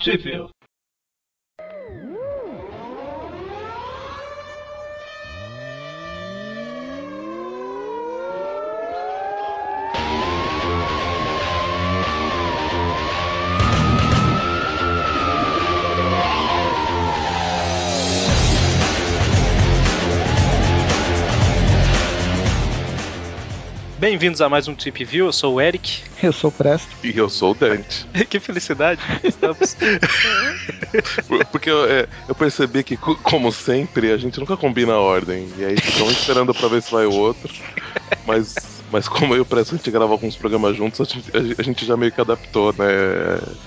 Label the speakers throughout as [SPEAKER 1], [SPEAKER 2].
[SPEAKER 1] Sheffield. Bem-vindos a mais um Trip View, eu sou o Eric.
[SPEAKER 2] Eu sou o Presto.
[SPEAKER 3] E eu sou o Dante.
[SPEAKER 1] que felicidade! Estamos...
[SPEAKER 3] Por- Porque eu, é, eu percebi que, co- como sempre, a gente nunca combina a ordem. E aí estão esperando pra ver se vai o outro. Mas, mas como eu e o Presto a gente grava alguns programas juntos, a gente, a gente já meio que adaptou, né?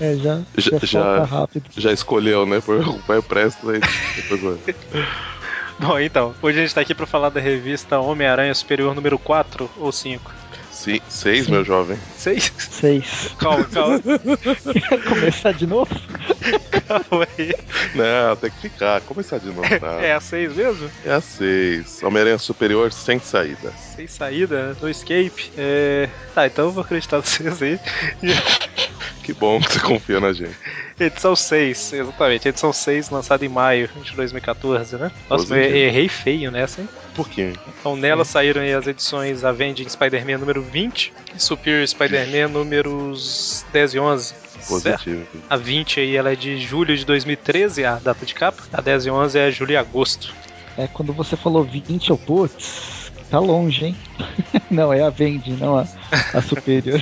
[SPEAKER 2] É, já, já,
[SPEAKER 3] Já-
[SPEAKER 2] solta
[SPEAKER 3] já-
[SPEAKER 2] rápido.
[SPEAKER 3] Já escolheu, né? Por, vai o Presto, aí depois vai.
[SPEAKER 1] Bom, então, hoje a gente tá aqui pra falar da revista Homem-Aranha Superior número 4 ou 5?
[SPEAKER 3] Sim, seis, meu jovem.
[SPEAKER 1] 6?
[SPEAKER 2] Seis.
[SPEAKER 1] Calma, calma,
[SPEAKER 2] Quer começar de novo?
[SPEAKER 1] calma aí.
[SPEAKER 3] Não, tem que ficar. Começar de novo, tá?
[SPEAKER 1] É a 6 mesmo?
[SPEAKER 3] É a seis. Homem-Aranha Superior sem saída.
[SPEAKER 1] Sem saída, no escape. É... Tá, então eu vou acreditar no 6 aí.
[SPEAKER 3] Que bom que você confia na gente.
[SPEAKER 1] Edição 6, exatamente. Edição 6, lançada em maio de 2014, né? Nossa, eu
[SPEAKER 3] Positivo.
[SPEAKER 1] errei feio nessa, hein?
[SPEAKER 3] Um pouquinho.
[SPEAKER 1] Então nela saíram aí as edições Avenging Spider-Man número 20 e Superior Spider-Man números 10 e 11. Certo?
[SPEAKER 3] Positivo.
[SPEAKER 1] A 20 aí ela é de julho de 2013, a data de capa. A 10 e 11 é julho e agosto.
[SPEAKER 2] É, quando você falou 20, eu, putz, tá longe, hein? não, é a Vende, não a, a Superior.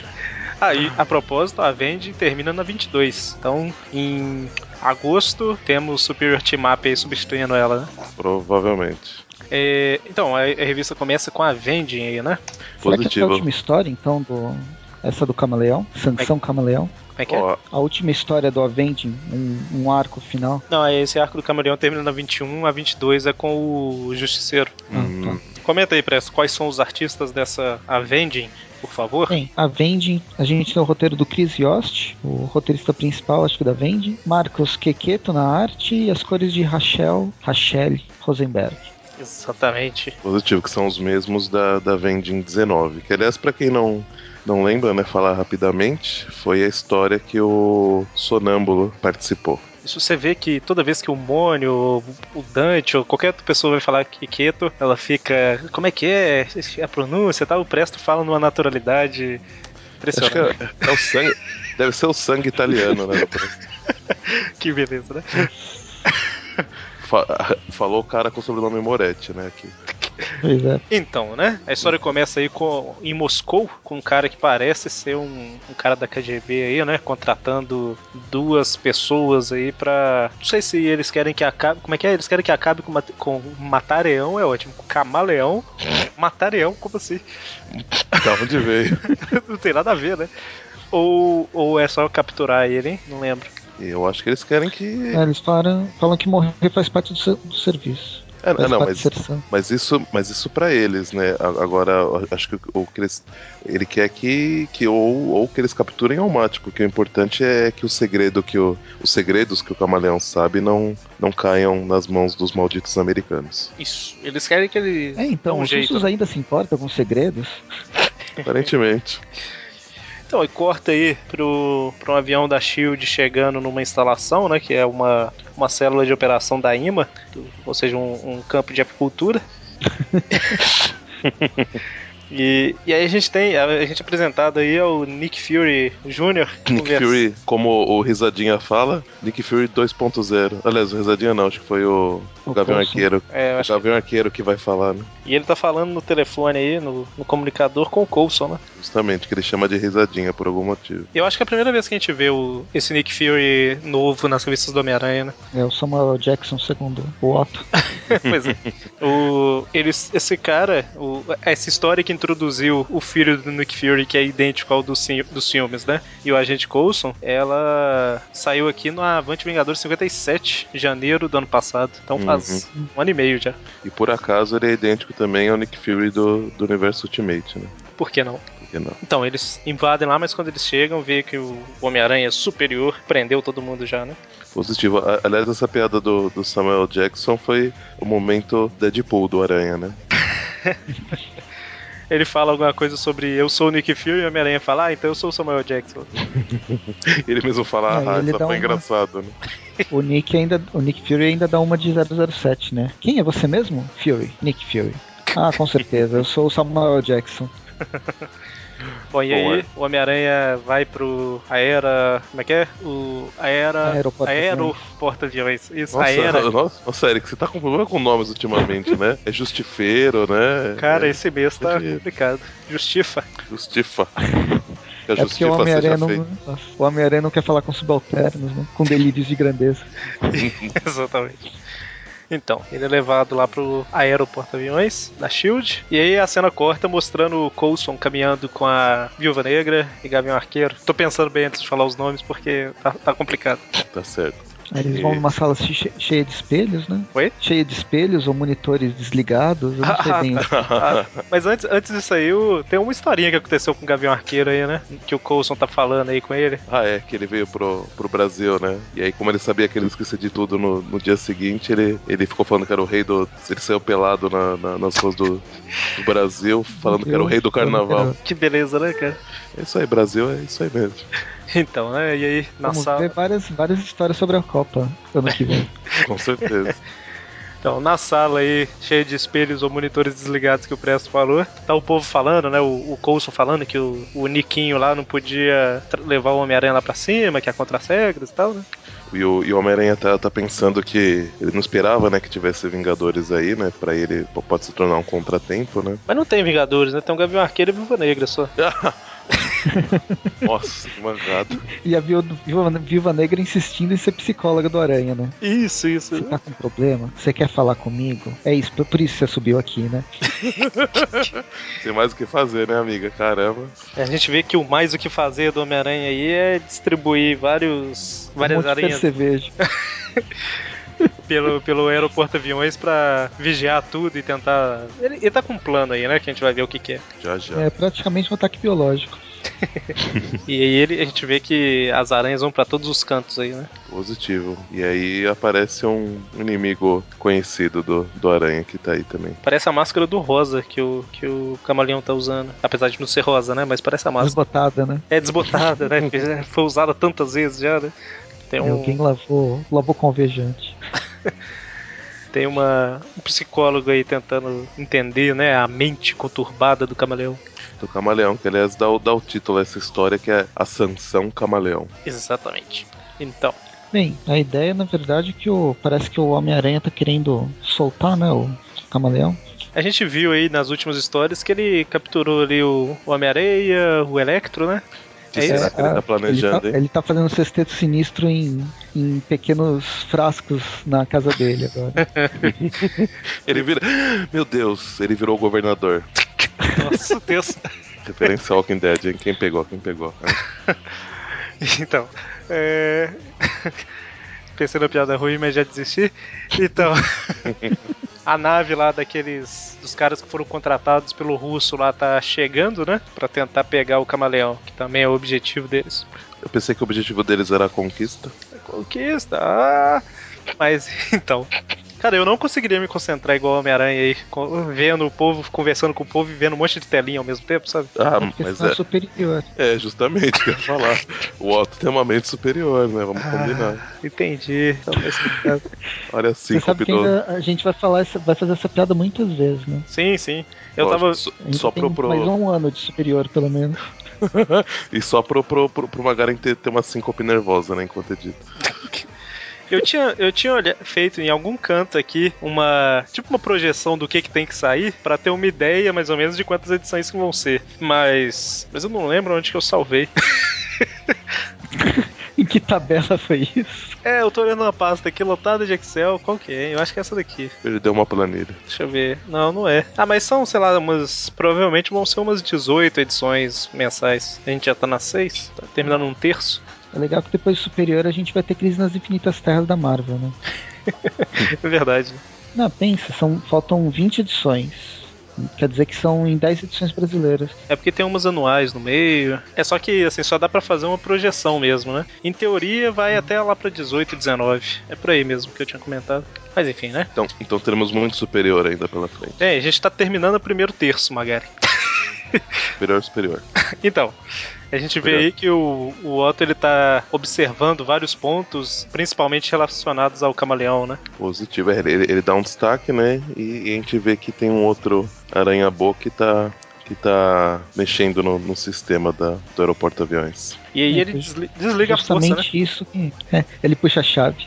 [SPEAKER 1] Aí, a propósito, a Avenging termina na 22. Então, em agosto temos Superior Team Up aí substituindo ela, né?
[SPEAKER 3] Provavelmente.
[SPEAKER 1] É, então, a, a revista começa com a Avenging aí, né?
[SPEAKER 2] Será que essa é a
[SPEAKER 3] Positivo.
[SPEAKER 2] última história, então, do... Essa do Camaleão, Sanção Camaleão.
[SPEAKER 1] Como é que é?
[SPEAKER 3] Ó,
[SPEAKER 2] A última história do Avenging, um, um arco final.
[SPEAKER 1] Não, é esse arco do Camaleão termina na 21, a 22 é com o Justiceiro.
[SPEAKER 3] hum,
[SPEAKER 1] Comenta aí, Press, quais são os artistas dessa Avenging, por favor?
[SPEAKER 2] Bem, a Vending, a gente tem o roteiro do Chris Yost, o roteirista principal, acho que da Vending, Marcos Quequeto na arte e as cores de Rachel, Rachelle Rosenberg.
[SPEAKER 1] Exatamente.
[SPEAKER 3] positivo, que são os mesmos da, da Vending 19. Que, aliás, pra quem não, não lembra, né, falar rapidamente, foi a história que o Sonâmbulo participou.
[SPEAKER 1] Isso você vê que toda vez que o Mônio, ou o Dante, ou qualquer outra pessoa vai falar Kiketo, ela fica. Como é que é? A pronúncia e tal, o Presto fala numa naturalidade
[SPEAKER 3] Acho que é,
[SPEAKER 1] impressionante.
[SPEAKER 3] é o sangue. Deve ser o sangue italiano, né?
[SPEAKER 1] Que... beleza, né?
[SPEAKER 3] Fa- Falou o cara com o sobrenome Moretti, né? Aqui.
[SPEAKER 2] Pois é.
[SPEAKER 1] Então, né? A história começa aí com, em Moscou, com um cara que parece ser um, um cara da KGB aí, né? Contratando duas pessoas aí pra. Não sei se eles querem que acabe. Como é que é? Eles querem que acabe com, mat- com matareão, é ótimo. Com camaleão. Matareão, como assim?
[SPEAKER 3] Da onde veio?
[SPEAKER 1] Não tem nada a ver, né? Ou, ou é só capturar ele, hein? Não lembro.
[SPEAKER 3] E Eu acho que eles querem que.
[SPEAKER 2] É, eles falaram, falam que morrer faz parte do, ser- do serviço.
[SPEAKER 3] É,
[SPEAKER 2] Faz
[SPEAKER 3] não,
[SPEAKER 2] parte
[SPEAKER 3] mas
[SPEAKER 2] da inserção.
[SPEAKER 3] Mas isso, mas isso para eles, né? A- Agora, eu acho que o que eles, ele quer que, que ou, ou que eles capturem ao mate, porque o importante é que o segredo que o, os segredos que o camaleão sabe não, não caiam nas mãos dos malditos americanos.
[SPEAKER 1] Isso. Eles querem que ele.
[SPEAKER 2] É, então,
[SPEAKER 1] Dá um
[SPEAKER 2] os
[SPEAKER 1] jeito.
[SPEAKER 2] russos ainda se importam com segredos?
[SPEAKER 3] Aparentemente.
[SPEAKER 1] Então, e corta aí pro, pro um avião da Shield chegando numa instalação, né? Que é uma, uma célula de operação da IMA, ou seja, um, um campo de apicultura. E, e aí a gente tem, a gente é apresentado aí ao Nick Fury Jr.
[SPEAKER 3] Nick
[SPEAKER 1] conversa-
[SPEAKER 3] Fury, como o Risadinha fala, Nick Fury 2.0. Aliás, o Risadinha não, acho que foi o, o
[SPEAKER 2] O
[SPEAKER 3] Gavião
[SPEAKER 2] Coulson.
[SPEAKER 3] Arqueiro.
[SPEAKER 1] É, eu
[SPEAKER 3] O
[SPEAKER 1] acho que-
[SPEAKER 3] Gavião Arqueiro que vai falar, né?
[SPEAKER 1] e ele tá falando no telefone aí, no, no comunicador com o Coulson, né?
[SPEAKER 3] Justamente, que ele chama de Risadinha por algum motivo.
[SPEAKER 1] Eu acho que é a primeira vez que a gente vê o, esse Nick Fury novo nas revistas do Homem-Aranha, né?
[SPEAKER 2] É o Samuel Jackson segundo o Otto.
[SPEAKER 1] pois é. O, ele, esse cara, o- essa história que introduziu o filho do Nick Fury, que é idêntico ao dos, fi- dos filmes, né? E o agente Coulson, ela saiu aqui no Avante Vingador 57, em janeiro do ano passado. Então faz um ano e meio já.
[SPEAKER 3] E por acaso ele é idêntico também ao Nick Fury do, do universo Ultimate, né?
[SPEAKER 1] Por que não?
[SPEAKER 3] Por que não?
[SPEAKER 1] Então, eles invadem lá, mas quando eles chegam, vê que o Homem-Aranha é superior, prendeu todo mundo já, né?
[SPEAKER 3] Positivo. A- Aliás, essa piada do, do Samuel Jackson foi o momento Deadpool do Aranha, né?
[SPEAKER 1] ele fala alguma coisa sobre eu sou o Nick Fury e o Homem-Aranha fala, ah, então eu sou o Samuel Jackson.
[SPEAKER 3] Ele mesmo fala,
[SPEAKER 2] É,
[SPEAKER 3] ah,
[SPEAKER 2] ele
[SPEAKER 3] isso
[SPEAKER 2] dá
[SPEAKER 3] foi
[SPEAKER 2] uma-
[SPEAKER 3] engraçado, né?
[SPEAKER 2] O Nick ainda, o Nick Fury ainda dá uma de 007, né? Quem é você mesmo? Fury, Nick Fury. Ah, com certeza, eu sou o Samuel Jackson.
[SPEAKER 1] Bom, e
[SPEAKER 3] Bom,
[SPEAKER 1] aí
[SPEAKER 3] é.
[SPEAKER 1] o Homem-Aranha vai pro a era. Como é que é? O, a
[SPEAKER 2] É,
[SPEAKER 1] era.
[SPEAKER 2] Aeroporto-aviões.
[SPEAKER 1] Aeroporto-aviões. Isso, a era.
[SPEAKER 3] Nossa, nossa, nossa, Eric, você tá com problema com nomes ultimamente, né? É Justifeiro, né?
[SPEAKER 1] Cara,
[SPEAKER 3] é
[SPEAKER 1] esse mês tá
[SPEAKER 3] Entendi.
[SPEAKER 1] complicado. Justifa.
[SPEAKER 3] Justifa. Que a
[SPEAKER 2] É porque o
[SPEAKER 3] Justifa seja
[SPEAKER 2] Homem-Aranha não,
[SPEAKER 3] feita.
[SPEAKER 2] Nossa, o Homem-Aranha não quer falar com subalternos, né? Com delírios de grandeza.
[SPEAKER 1] Exatamente. Então, ele é levado lá pro aeroporto-aviões da Shield. E aí a cena corta mostrando o Coulson caminhando com a Viúva Negra e Gavião Arqueiro. Tô pensando bem antes de falar os nomes porque tá, tá complicado.
[SPEAKER 3] Tá certo.
[SPEAKER 2] Aí eles vão
[SPEAKER 3] E-
[SPEAKER 2] numa sala che- cheia de espelhos, né?
[SPEAKER 1] Oi?
[SPEAKER 2] Cheia de espelhos ou monitores desligados, eu não sei
[SPEAKER 1] Ah,
[SPEAKER 2] bem.
[SPEAKER 1] Ah, mas antes, antes disso aí, o- tem uma historinha que aconteceu com o Gavião Arqueiro aí, né? Que o Coulson tá falando aí com ele.
[SPEAKER 3] Ah, é, que ele veio pro, pro Brasil, né? E aí, como ele sabia que ele esquecia de tudo no, no dia seguinte, ele, ele ficou falando que era o rei do. Ele saiu pelado na- na- nas ruas do, do Brasil, falando que era o rei do carnaval.
[SPEAKER 1] Que beleza, né, cara?
[SPEAKER 3] É isso aí, Brasil, é isso aí mesmo.
[SPEAKER 1] Então, né? E aí, na
[SPEAKER 2] Vamos
[SPEAKER 1] sala.
[SPEAKER 2] ver várias, várias histórias sobre a Copa ano que vem.
[SPEAKER 3] Com certeza.
[SPEAKER 1] Então, na sala aí, cheia de espelhos ou monitores desligados que o Presto falou, tá o povo falando, né? O, o Coulson falando que o, o Niquinho lá não podia tra- levar o Homem-Aranha lá pra cima, que é contra as regras e tal, né?
[SPEAKER 3] E o, e o Homem-Aranha tá, tá pensando que. Ele não esperava, né, que tivesse Vingadores aí, né? Pra ele p- pode se tornar um contratempo, né?
[SPEAKER 1] Mas não tem Vingadores, né? Tem um Gavião Arqueiro e Viva Negra só.
[SPEAKER 3] Nossa, que mancada.
[SPEAKER 2] E a Viú- Viúva, Viúva Negra insistindo em ser psicóloga do Aranha, né?
[SPEAKER 1] Isso, isso.
[SPEAKER 2] Você tá com problema? Você quer falar comigo? É isso, por isso você subiu aqui, né?
[SPEAKER 3] Tem mais o que fazer, né, amiga? Caramba.
[SPEAKER 1] É, A gente vê que o mais o que fazer do Homem-Aranha aí é distribuir vários, várias
[SPEAKER 2] um monte de
[SPEAKER 1] aranhas
[SPEAKER 2] cerveja.
[SPEAKER 1] pelo, pelo aeroporto aviões pra vigiar tudo e tentar. Ele, ele tá com um plano aí, né? Que a gente vai ver o que, que é.
[SPEAKER 3] Já, já.
[SPEAKER 2] É praticamente um ataque biológico.
[SPEAKER 1] E aí ele, a gente vê que as aranhas vão pra todos os cantos aí, né?
[SPEAKER 3] Positivo. E aí aparece um inimigo conhecido do, do Aranha que tá aí também.
[SPEAKER 1] Parece a máscara do rosa que o, que o camaleão tá usando. Apesar de não ser rosa, né? Mas parece a máscara.
[SPEAKER 2] Desbotada, né?
[SPEAKER 1] É desbotada, né? Porque já Foi usada tantas vezes já, né? Tem, um,
[SPEAKER 2] Alguém lavou, lavou convejante.
[SPEAKER 1] tem uma, um psicólogo aí tentando entender, né? A mente conturbada do camaleão.
[SPEAKER 3] Do Camaleão, que aliás dá, o- dá o título a essa história que é A Sanção Camaleão.
[SPEAKER 1] Exatamente. Então,
[SPEAKER 2] Bem, a ideia na verdade é que o parece que o Homem-Aranha tá querendo soltar, né, o camaleão.
[SPEAKER 1] a gente viu aí nas últimas histórias que ele capturou ali o o Homem-Areia, o Electro, né? É
[SPEAKER 3] Que será
[SPEAKER 1] isso.
[SPEAKER 3] que ele
[SPEAKER 2] ah,
[SPEAKER 3] tá planejando,
[SPEAKER 2] ele tá,
[SPEAKER 3] hein?
[SPEAKER 2] ele tá fazendo um sexteto sinistro em, em pequenos frascos na casa dele
[SPEAKER 3] É,
[SPEAKER 2] agora.
[SPEAKER 3] Ele vira. Meu Deus, ele virou o governador.
[SPEAKER 1] Nossa, Deus.
[SPEAKER 3] Referência ao Walking Dead, hein? Quem pegou, quem pegou.
[SPEAKER 1] Então, é... pensei na piada ruim, mas já desisti. Então, a nave lá daqueles dos caras que foram contratados pelo russo lá tá chegando, né? Pra tentar pegar o camaleão, que também é o objetivo deles.
[SPEAKER 3] Eu pensei que o objetivo deles era a conquista.
[SPEAKER 1] Conquista! ah! Mas então, cara, eu não conseguiria me concentrar igual o Homem-Aranha aí, co- vendo o povo, conversando com o povo e vendo um monte de telinha ao mesmo tempo, sabe?
[SPEAKER 3] Ah,
[SPEAKER 2] Porque
[SPEAKER 3] mas
[SPEAKER 2] senão é
[SPEAKER 3] é,
[SPEAKER 2] superior.
[SPEAKER 3] é justamente o que eu ia falar. O Otto tem uma mente superior, né?
[SPEAKER 2] Ah.
[SPEAKER 3] Vamos combinar.
[SPEAKER 1] Entendi. Então, nesse caso-
[SPEAKER 3] Olha assim,
[SPEAKER 2] Você sabe que
[SPEAKER 3] Cupido.
[SPEAKER 2] ainda a gente vai falar essa- vai fazer essa piada muitas vezes, né?
[SPEAKER 1] Sim, sim. Eu tava.
[SPEAKER 3] Só,
[SPEAKER 2] Ainda
[SPEAKER 3] só
[SPEAKER 2] tem
[SPEAKER 3] pro, pro-
[SPEAKER 2] mais um ano de superior, pelo menos.
[SPEAKER 3] E só pro, pro, pro, pro Magaren ter, ter uma síncope nervosa, né? Enquanto é dito.
[SPEAKER 1] Eu tinha, eu tinha olha- feito em algum canto aqui uma. Tipo uma projeção do que, que tem que sair pra ter uma ideia mais ou menos de quantas edições que vão ser. Mas. Mas eu não lembro onde que eu salvei.
[SPEAKER 2] Em que tabela foi isso?
[SPEAKER 1] É, eu tô olhando uma pasta aqui lotada de Excel. Qual que é? Eu acho que é essa daqui.
[SPEAKER 3] Ele deu uma planilha.
[SPEAKER 1] Deixa eu ver. Não, não é. Ah, mas são, sei lá, umas. Provavelmente vão ser umas 18 edições mensais. A gente já tá na 6, tá terminando um terço.
[SPEAKER 2] É legal que depois de superior a gente vai ter crise nas infinitas terras da Marvel, né?
[SPEAKER 1] É verdade.
[SPEAKER 2] Não, pensa, são, faltam 20 edições. Quer dizer que são em 10 edições brasileiras.
[SPEAKER 1] É porque tem umas anuais no meio. É só que, assim, só dá pra fazer uma projeção mesmo, né? Em teoria, vai até lá pra 18, 19. É por aí mesmo que eu tinha comentado. Mas enfim, né?
[SPEAKER 3] Então, então teremos muito superior ainda pela frente.
[SPEAKER 1] É, a gente tá terminando o primeiro terço, Magari.
[SPEAKER 3] Superior, superior.
[SPEAKER 1] Então, a gente vê
[SPEAKER 3] Obrigado.
[SPEAKER 1] aí que o, o Otto ele tá observando vários pontos, principalmente relacionados ao camaleão, né?
[SPEAKER 3] Positivo. É, Ele, ele- ele dá um destaque, né? E, e a gente vê que tem um outro aranha-boca que tá, que tá mexendo no, no sistema da, do aeroporto aviões.
[SPEAKER 1] E aí
[SPEAKER 2] É,
[SPEAKER 1] ele
[SPEAKER 2] pois-
[SPEAKER 1] desli- desliga a força,
[SPEAKER 2] Justamente
[SPEAKER 1] né?
[SPEAKER 2] isso que. É, ele puxa a chave.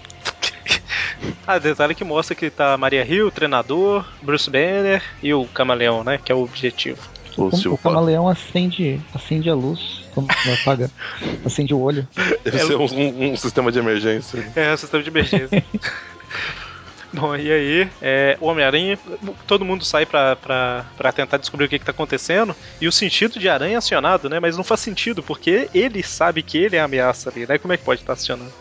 [SPEAKER 1] Ah, detalhe que mostra que tá Maria Hill, o treinador, Bruce Banner e o camaleão, né? Que é o objetivo.
[SPEAKER 3] Ou se
[SPEAKER 2] o
[SPEAKER 3] o
[SPEAKER 2] camaleão acende, acende a luz. Como vai apagar? Acende o olho.
[SPEAKER 3] Deve ser um, um- um sistema de emergência.
[SPEAKER 1] É, sistema de emergência. Bom, e aí, é, o Homem-Aranha, todo mundo sai pra, pra, pra tentar descobrir o que, que tá acontecendo, e o sentido de aranha é acionado, né? Mas não faz sentido, porque ele sabe que ele é a ameaça ali, né? Como é que pode estar acionando?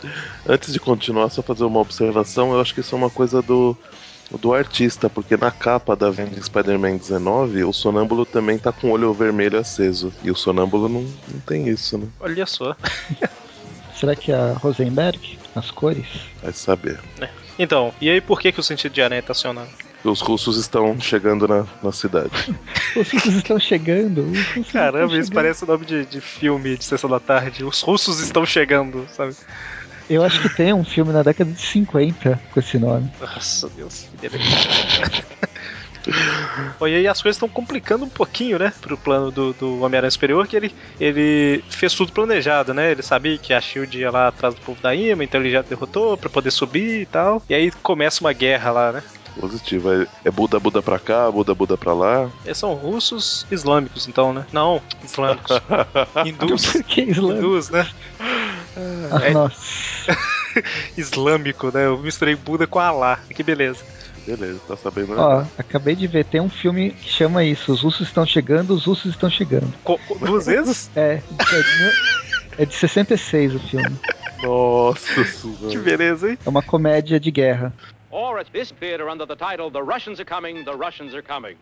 [SPEAKER 3] Antes de continuar, só fazer uma observação. Eu acho que isso é uma coisa do, do artista, porque na capa da Venda Spider-Man 19, o sonâmbulo também tá com o olho vermelho aceso. E o sonâmbulo não, não tem isso, né?
[SPEAKER 1] Olha só.
[SPEAKER 2] Será que é a Rosenberg? As cores?
[SPEAKER 3] Vai saber.
[SPEAKER 1] Então, e aí por que, que o sentido de aranha tá acionado?
[SPEAKER 3] Os russos estão chegando na, na cidade.
[SPEAKER 2] Os russos estão chegando. os russos estão
[SPEAKER 1] Caramba, isso
[SPEAKER 2] chegando.
[SPEAKER 1] parece o nome de, de filme de Sessão da Tarde. Os russos estão chegando, sabe?
[SPEAKER 2] Eu acho que tem um filme na década de 50 com esse nome.
[SPEAKER 1] Nossa, Deus, que delicado. Bom, e aí as coisas estão complicando um pouquinho, né? Pro plano do, do Homem-Aranha Superior, que ele, ele fez tudo planejado, né? Ele sabia que a Shield ia lá atrás do povo da IMA, então ele já derrotou pra poder subir e tal. E aí começa uma guerra lá, né?
[SPEAKER 3] Positivo. É, é Buda Buda pra cá, Buda Buda pra lá.
[SPEAKER 1] Eles são russos islâmicos, então, né? Não, islâmicos. Hindus.
[SPEAKER 2] Por que Islã?
[SPEAKER 1] Hindus, né?
[SPEAKER 2] Ah,
[SPEAKER 1] É
[SPEAKER 2] Nossa.
[SPEAKER 1] islâmico, né? Eu misturei Buda com Alá. Que beleza.
[SPEAKER 3] Beleza, tá sabendo? né?
[SPEAKER 2] Ó, acabei de ver, tem um filme que chama isso, Os Russos Estão Chegando, Os Russos Estão Chegando.
[SPEAKER 1] Co- co- duas vezes?
[SPEAKER 2] É, é de, é de 66 o filme.
[SPEAKER 3] Nossa
[SPEAKER 1] Que
[SPEAKER 3] senhora.
[SPEAKER 1] beleza, hein?
[SPEAKER 2] É uma comédia de guerra.
[SPEAKER 4] or at this theater under the title The Russians Are Coming, The Russians Are Coming.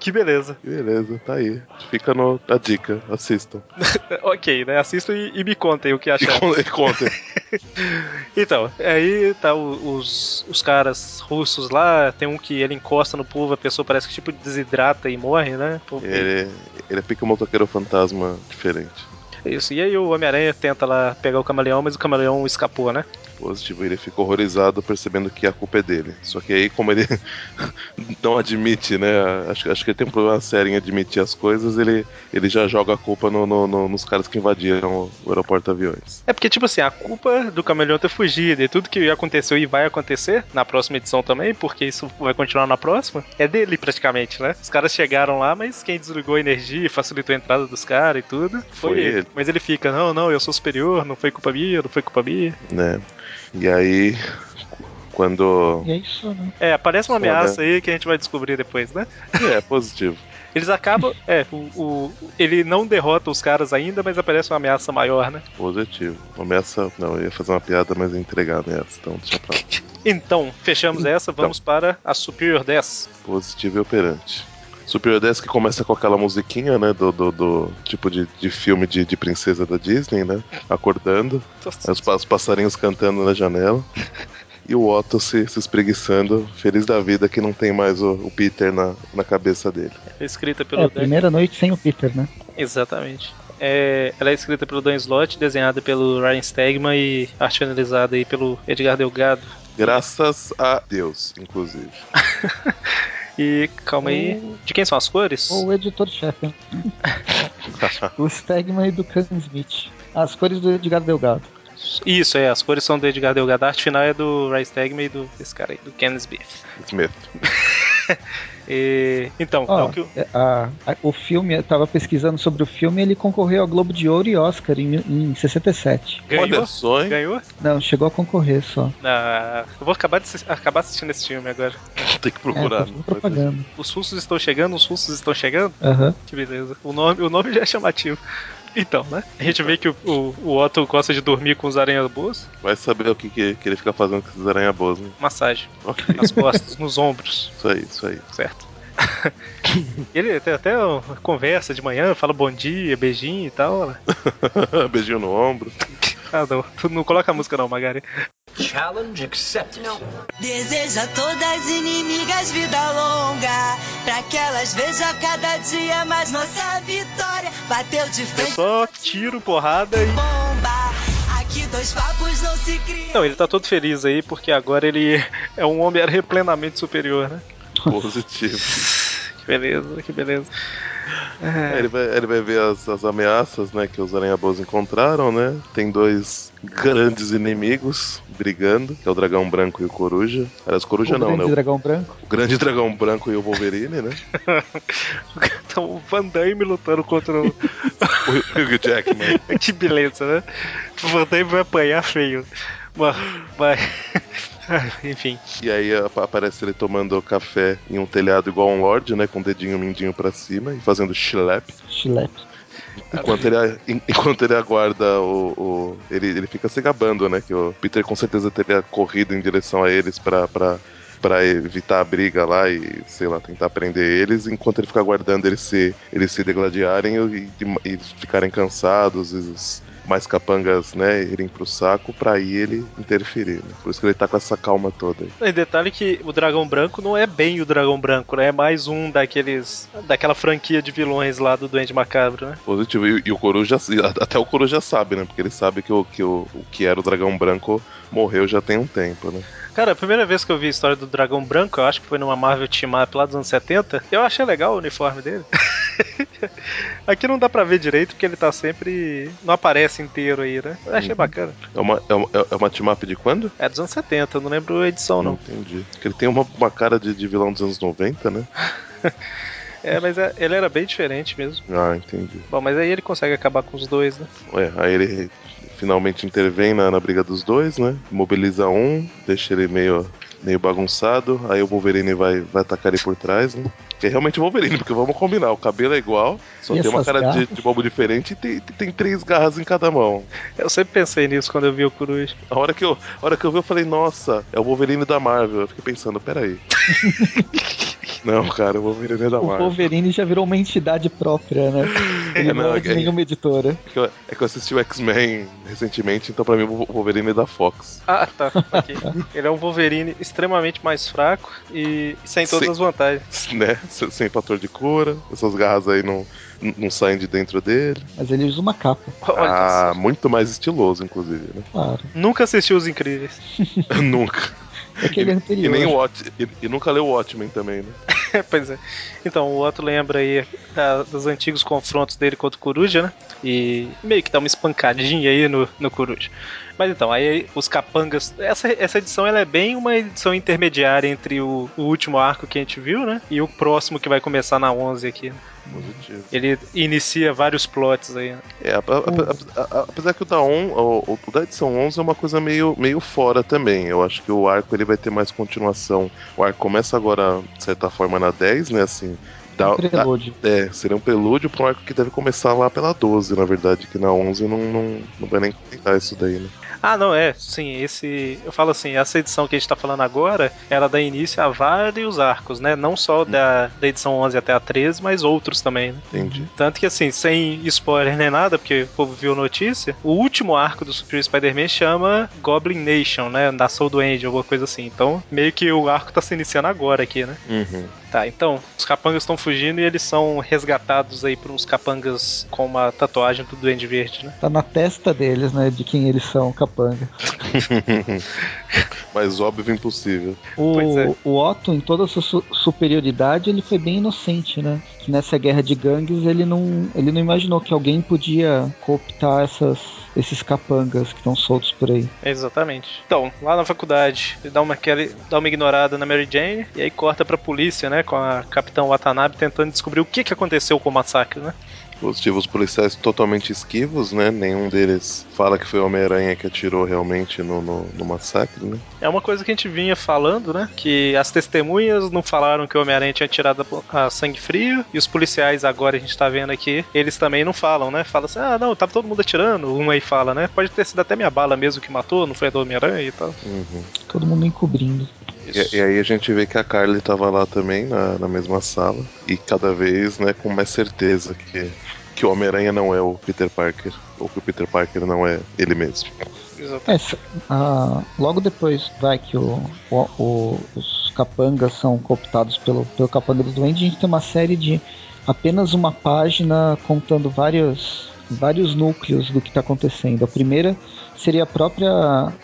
[SPEAKER 1] Que beleza.
[SPEAKER 3] Que Beleza, tá aí. Fica no, a dica, assistam.
[SPEAKER 1] Ok, né? Assista e, e me contem o que
[SPEAKER 3] E,
[SPEAKER 1] acharam.
[SPEAKER 3] con e contem.
[SPEAKER 1] Então, aí tá o- os, os caras russos lá, tem um que ele encosta no povo, a pessoa parece que tipo desidrata e morre, né? Pô,
[SPEAKER 3] Ele, ele pica um motoqueiro fantasma diferente.
[SPEAKER 1] é Isso. E aí o Homem-Aranha tenta lá pegar o camaleão, mas o camaleão escapou, né?
[SPEAKER 3] Positivo, ele fica horrorizado percebendo que a culpa é dele. Só que aí, como ele não admite, né? Acho, acho que ele tem um problema sério em admitir as coisas, ele, ele já joga a culpa no- no- no- nos caras que invadiram o aeroporto aviões.
[SPEAKER 1] É porque, tipo assim, a culpa do camaleão ter fugido e tudo que aconteceu e vai acontecer na próxima edição também, porque isso vai continuar na próxima, é dele praticamente, né? Os caras chegaram lá, mas quem desligou a energia e facilitou a entrada dos caras e tudo foi,
[SPEAKER 3] Foi
[SPEAKER 1] ele.
[SPEAKER 3] ele.
[SPEAKER 1] Mas ele fica, não, não, eu sou superior, não foi culpa minha, não foi culpa minha.
[SPEAKER 3] né? E aí, quando.
[SPEAKER 2] E é isso, né?
[SPEAKER 1] É, aparece uma
[SPEAKER 3] Foda.
[SPEAKER 1] ameaça aí que a gente vai descobrir depois, né?
[SPEAKER 3] É, positivo.
[SPEAKER 1] Eles acabam. É, o, o- ele não derrota os caras ainda, mas aparece uma ameaça maior, né?
[SPEAKER 3] Positivo. Ameaça. Não, eu ia fazer uma piada, mas ia entregar a ameaça. Então, deixa pra lá.
[SPEAKER 1] Então, fechamos essa, vamos para a Superior 10.
[SPEAKER 3] Positivo e operante. Superior 10 que começa com aquela musiquinha, né? Do, do, do tipo de, de filme de, de princesa da Disney, né? Acordando. aí Os, pa- os passarinhos cantando na janela. E o Otto se, se espreguiçando, feliz da vida que não tem mais o, o Peter na, na cabeça dele.
[SPEAKER 1] Escrita pelo
[SPEAKER 2] É a
[SPEAKER 1] Dan.
[SPEAKER 2] primeira noite sem o Peter, né?
[SPEAKER 1] Exatamente. É, ela é escrita pelo Dan Slott, desenhada pelo Ryan Stegman e arte finalizada aí pelo Edgar Delgado.
[SPEAKER 3] Graças a Deus, inclusive.
[SPEAKER 1] E calma aí. De quem são as cores?
[SPEAKER 2] Hum. Ou o editor-chefe. né? o Stegman e do Can Smith. As cores do Edgar Delgado.
[SPEAKER 1] Isso, é, as cores são do Edgar Delgado. A arte final é do Ryan Stegman e do esse cara aí, do Ken Smith.
[SPEAKER 3] Smith.
[SPEAKER 1] E, então,
[SPEAKER 2] Ó,
[SPEAKER 1] é o que eu-
[SPEAKER 2] é, a- a- o filme, eu tava pesquisando sobre o filme, ele concorreu ao Globo de Ouro e Oscar em, mil- em 67.
[SPEAKER 1] ganhou.
[SPEAKER 3] Olha só, hein?
[SPEAKER 1] Ganhou?
[SPEAKER 2] Não, chegou a concorrer só.
[SPEAKER 1] Ah, eu vou acabar, de, assis- acabar assistindo esse filme agora.
[SPEAKER 3] Tem que
[SPEAKER 2] É,
[SPEAKER 3] procurar.
[SPEAKER 2] fazendo propaganda.
[SPEAKER 1] Os russos estão chegando, os russos estão chegando?
[SPEAKER 2] Aham.
[SPEAKER 1] Que beleza. O nome, o nome já é chamativo. Então, né? A gente vê que o, o, o Otto gosta de dormir com os aranhas boas.
[SPEAKER 3] Vai saber o que, que, que ele fica fazendo com esses aranha-boas, né?
[SPEAKER 1] Massagem.
[SPEAKER 3] Ok,
[SPEAKER 1] Nas costas, nos ombros,
[SPEAKER 3] isso aí, isso aí.
[SPEAKER 1] certo? Ele tem até uma conversa de manhã, fala bom dia, beijinho e tal. olha lá.
[SPEAKER 3] Beijinho no ombro.
[SPEAKER 1] Ah, não. Tu não coloca a música não, Magari.
[SPEAKER 5] Challenge accepted.
[SPEAKER 6] Deseja todas inimigas vida longa, pra que elas vejam a cada dia mais nossa vitória. Bateu de
[SPEAKER 1] É
[SPEAKER 6] frente
[SPEAKER 1] só tiro, porrada e.
[SPEAKER 6] bomba. Aqui dois papos não se criam.
[SPEAKER 1] Não, ele tá todo feliz aí porque agora ele é um homem era plenamente superior, né?
[SPEAKER 3] Positivo.
[SPEAKER 1] Que beleza, que beleza.
[SPEAKER 3] É, ele, vai, ele vai ver as, as ameaças né, que os aranhabôs encontraram, né? Tem dois grandes inimigos brigando, que é o dragão branco e o coruja. Aliás, coruja
[SPEAKER 2] o
[SPEAKER 3] não,
[SPEAKER 2] grande
[SPEAKER 3] né?
[SPEAKER 2] dragão branco.
[SPEAKER 3] O grande dragão branco e o Wolverine, né?
[SPEAKER 1] Então, o Van Damme lutando contra o.
[SPEAKER 3] O Hugh Jackman.
[SPEAKER 1] que beleza, né? O Van Damme vai apanhar feio. Mas. mas- Ah, Enfim.
[SPEAKER 3] E aí a- aparece ele tomando café em um telhado igual um lord, né? Com o dedinho mindinho pra cima e fazendo chilep.
[SPEAKER 2] Chilepe.
[SPEAKER 3] Enquanto ele, en- enquanto ele aguarda o. o- ele, ele fica se gabando, né? Que o Peter com certeza teria corrido em direção a eles pra. pra para evitar a briga lá e, sei lá, tentar prender eles, enquanto ele fica aguardando eles se, eles se degladiarem e, e- e ficarem cansados, e os mais capangas, né, irem pro saco, pra aí ele interferir, né? Por isso que ele tá com essa calma toda aí.
[SPEAKER 1] E detalhe que o Dragão Branco não é bem o Dragão Branco, né? É mais um daqueles. daquela franquia de vilões lá do Duende Macabro, né?
[SPEAKER 3] Positivo. E, e o Coruja, até o Coruja sabe, né, porque ele sabe que o que, o, o que era o Dragão Branco morreu já tem um tempo, né.
[SPEAKER 1] Cara, a primeira vez que eu vi a história do Dragão Branco, eu acho que foi numa Marvel Team Up lá dos anos 70, eu achei legal o uniforme dele. Aqui não dá pra ver direito, porque ele tá sempre. não aparece inteiro aí, né? Eu achei
[SPEAKER 3] Uhum.
[SPEAKER 1] bacana.
[SPEAKER 3] É uma, é uma, é uma team-up de quando?
[SPEAKER 1] É dos anos 70, eu não lembro a edição
[SPEAKER 3] Uhum.
[SPEAKER 1] não.
[SPEAKER 3] entendi. Porque ele tem uma, uma cara de, de vilão dos anos 90, né?
[SPEAKER 1] É, mas é- ele era bem diferente mesmo.
[SPEAKER 3] Ah, entendi.
[SPEAKER 1] Bom, mas aí ele consegue acabar com os dois, né?
[SPEAKER 3] Ué, aí ele finalmente intervém na, na briga dos dois, né? Mobiliza um, deixa ele meio, meio bagunçado. Aí o Wolverine vai, vai atacar ele por trás, né? Que é realmente o Wolverine, porque vamos combinar, o cabelo é igual, só
[SPEAKER 2] E
[SPEAKER 3] tem uma
[SPEAKER 2] essas
[SPEAKER 3] cara de,
[SPEAKER 2] garras?
[SPEAKER 3] de bobo diferente e tem, tem três garras em cada mão.
[SPEAKER 1] Eu sempre pensei nisso quando eu vi o Coruja.
[SPEAKER 3] A hora que eu, a hora que eu vi, eu falei, nossa, é o Wolverine da Marvel. Eu fiquei pensando, peraí. Não, cara, o Wolverine é da
[SPEAKER 2] O
[SPEAKER 3] Marvel.
[SPEAKER 2] Wolverine já virou uma entidade própria, né? Ele
[SPEAKER 3] É,
[SPEAKER 2] não,
[SPEAKER 3] não,
[SPEAKER 2] é de
[SPEAKER 3] é-
[SPEAKER 2] nenhuma editora.
[SPEAKER 3] É que eu- é que eu assisti o X-Men recentemente, então pra mim o Wolverine é da Fox.
[SPEAKER 1] Ah, tá. ok. ele é um Wolverine extremamente mais fraco e sem todas
[SPEAKER 3] Sim.
[SPEAKER 1] as vantagens.
[SPEAKER 3] Né? Se- Sem fator de cura, essas garras aí não, não saem de dentro dele.
[SPEAKER 2] Mas ele usa uma capa,
[SPEAKER 1] Olha
[SPEAKER 3] ah,
[SPEAKER 1] só.
[SPEAKER 3] muito mais estiloso, inclusive, né?
[SPEAKER 2] claro.
[SPEAKER 1] Nunca assistiu Os Incríveis.
[SPEAKER 3] nunca.
[SPEAKER 2] É que ele é
[SPEAKER 3] E
[SPEAKER 2] anterior.
[SPEAKER 3] nem o Watch, e, e nunca leu o Watchmen também, né?
[SPEAKER 1] pois é. Então, o Otto lembra aí da- dos antigos confrontos dele contra o Coruja, né? E meio que dá uma espancadinha aí no, no Coruja. Mas então, aí os capangas. Essa, essa edição ela é bem uma edição intermediária entre o, o último arco que a gente viu, né? E o próximo que vai começar na 11 aqui.
[SPEAKER 3] Positivo.
[SPEAKER 1] Ele inicia vários plots aí. né?
[SPEAKER 3] É, a-
[SPEAKER 1] Hum.
[SPEAKER 3] a- a- a- apesar que o da, on, o, o da edição 11 é uma coisa meio, meio fora também. Eu acho que o arco ele vai ter mais continuação. O arco começa agora, de certa forma, na 10, né? Assim, dá,
[SPEAKER 2] Um
[SPEAKER 3] dá-
[SPEAKER 2] prelude.
[SPEAKER 3] É, seria um prelúdio pra um arco que deve começar lá pela 12, na verdade, que na 11 não, não, não vai nem comentar isso daí, né?
[SPEAKER 1] Ah, não, é. Sim, esse. Eu falo assim, essa edição que a gente tá falando agora, ela dá início a vários arcos, né? Não só da, da edição 11 até a 13, mas outros também, né?
[SPEAKER 3] Entendi.
[SPEAKER 1] Tanto que, assim, sem spoiler nem nada, porque o povo viu notícia, o último arco do Superior Spider-Man chama Goblin Nation, né? Nação do Angel, alguma coisa assim. Então, meio que o arco tá se iniciando agora aqui, né?
[SPEAKER 3] Uhum.
[SPEAKER 1] Tá, então, os capangas estão fugindo e eles são resgatados aí por uns capangas com uma tatuagem do Duende Verde, né?
[SPEAKER 2] Tá na testa deles, né? De quem eles são, capanga.
[SPEAKER 3] Mas óbvio e impossível.
[SPEAKER 2] O,
[SPEAKER 1] Pois é.
[SPEAKER 2] o Otto, em toda a sua su- superioridade, ele foi bem inocente, né? Que nessa guerra de gangues ele não, ele não imaginou que alguém podia cooptar essas, esses capangas que estão soltos por aí.
[SPEAKER 1] Exatamente. Então, lá na faculdade, ele dá uma, aquela- dá uma ignorada na Mary Jane e aí corta pra polícia, né? Com a Capitão Watanabe tentando descobrir o que, que aconteceu com o massacre, né?
[SPEAKER 3] Positivo, os policiais totalmente esquivos, né? Nenhum deles fala que foi o Homem-Aranha que atirou realmente no, no, no massacre, né?
[SPEAKER 1] É uma coisa que a gente vinha falando, né? Que as testemunhas não falaram que o Homem-Aranha tinha tirado a a sangue frio, e os policiais agora a gente tá vendo aqui, eles também não falam, né? Fala assim, ah, não, tava todo mundo atirando. Um aí fala, né? Pode ter sido até minha bala mesmo que matou, não foi a do Homem-Aranha e tal.
[SPEAKER 3] Uhum.
[SPEAKER 2] Todo mundo encobrindo.
[SPEAKER 3] E, e aí a gente vê que a Carly tava lá também, na, na mesma sala, e cada vez, né, com mais certeza que, que que o Homem-Aranha não é o Peter Parker, ou que o Peter Parker não é ele mesmo.
[SPEAKER 2] É, se- ah, logo depois vai que o- o- o- os capangas são cooptados pelo, pelo capanga do Duende, a gente tem uma série de apenas uma página contando vários, vários núcleos do que está acontecendo. A primeira seria a própria.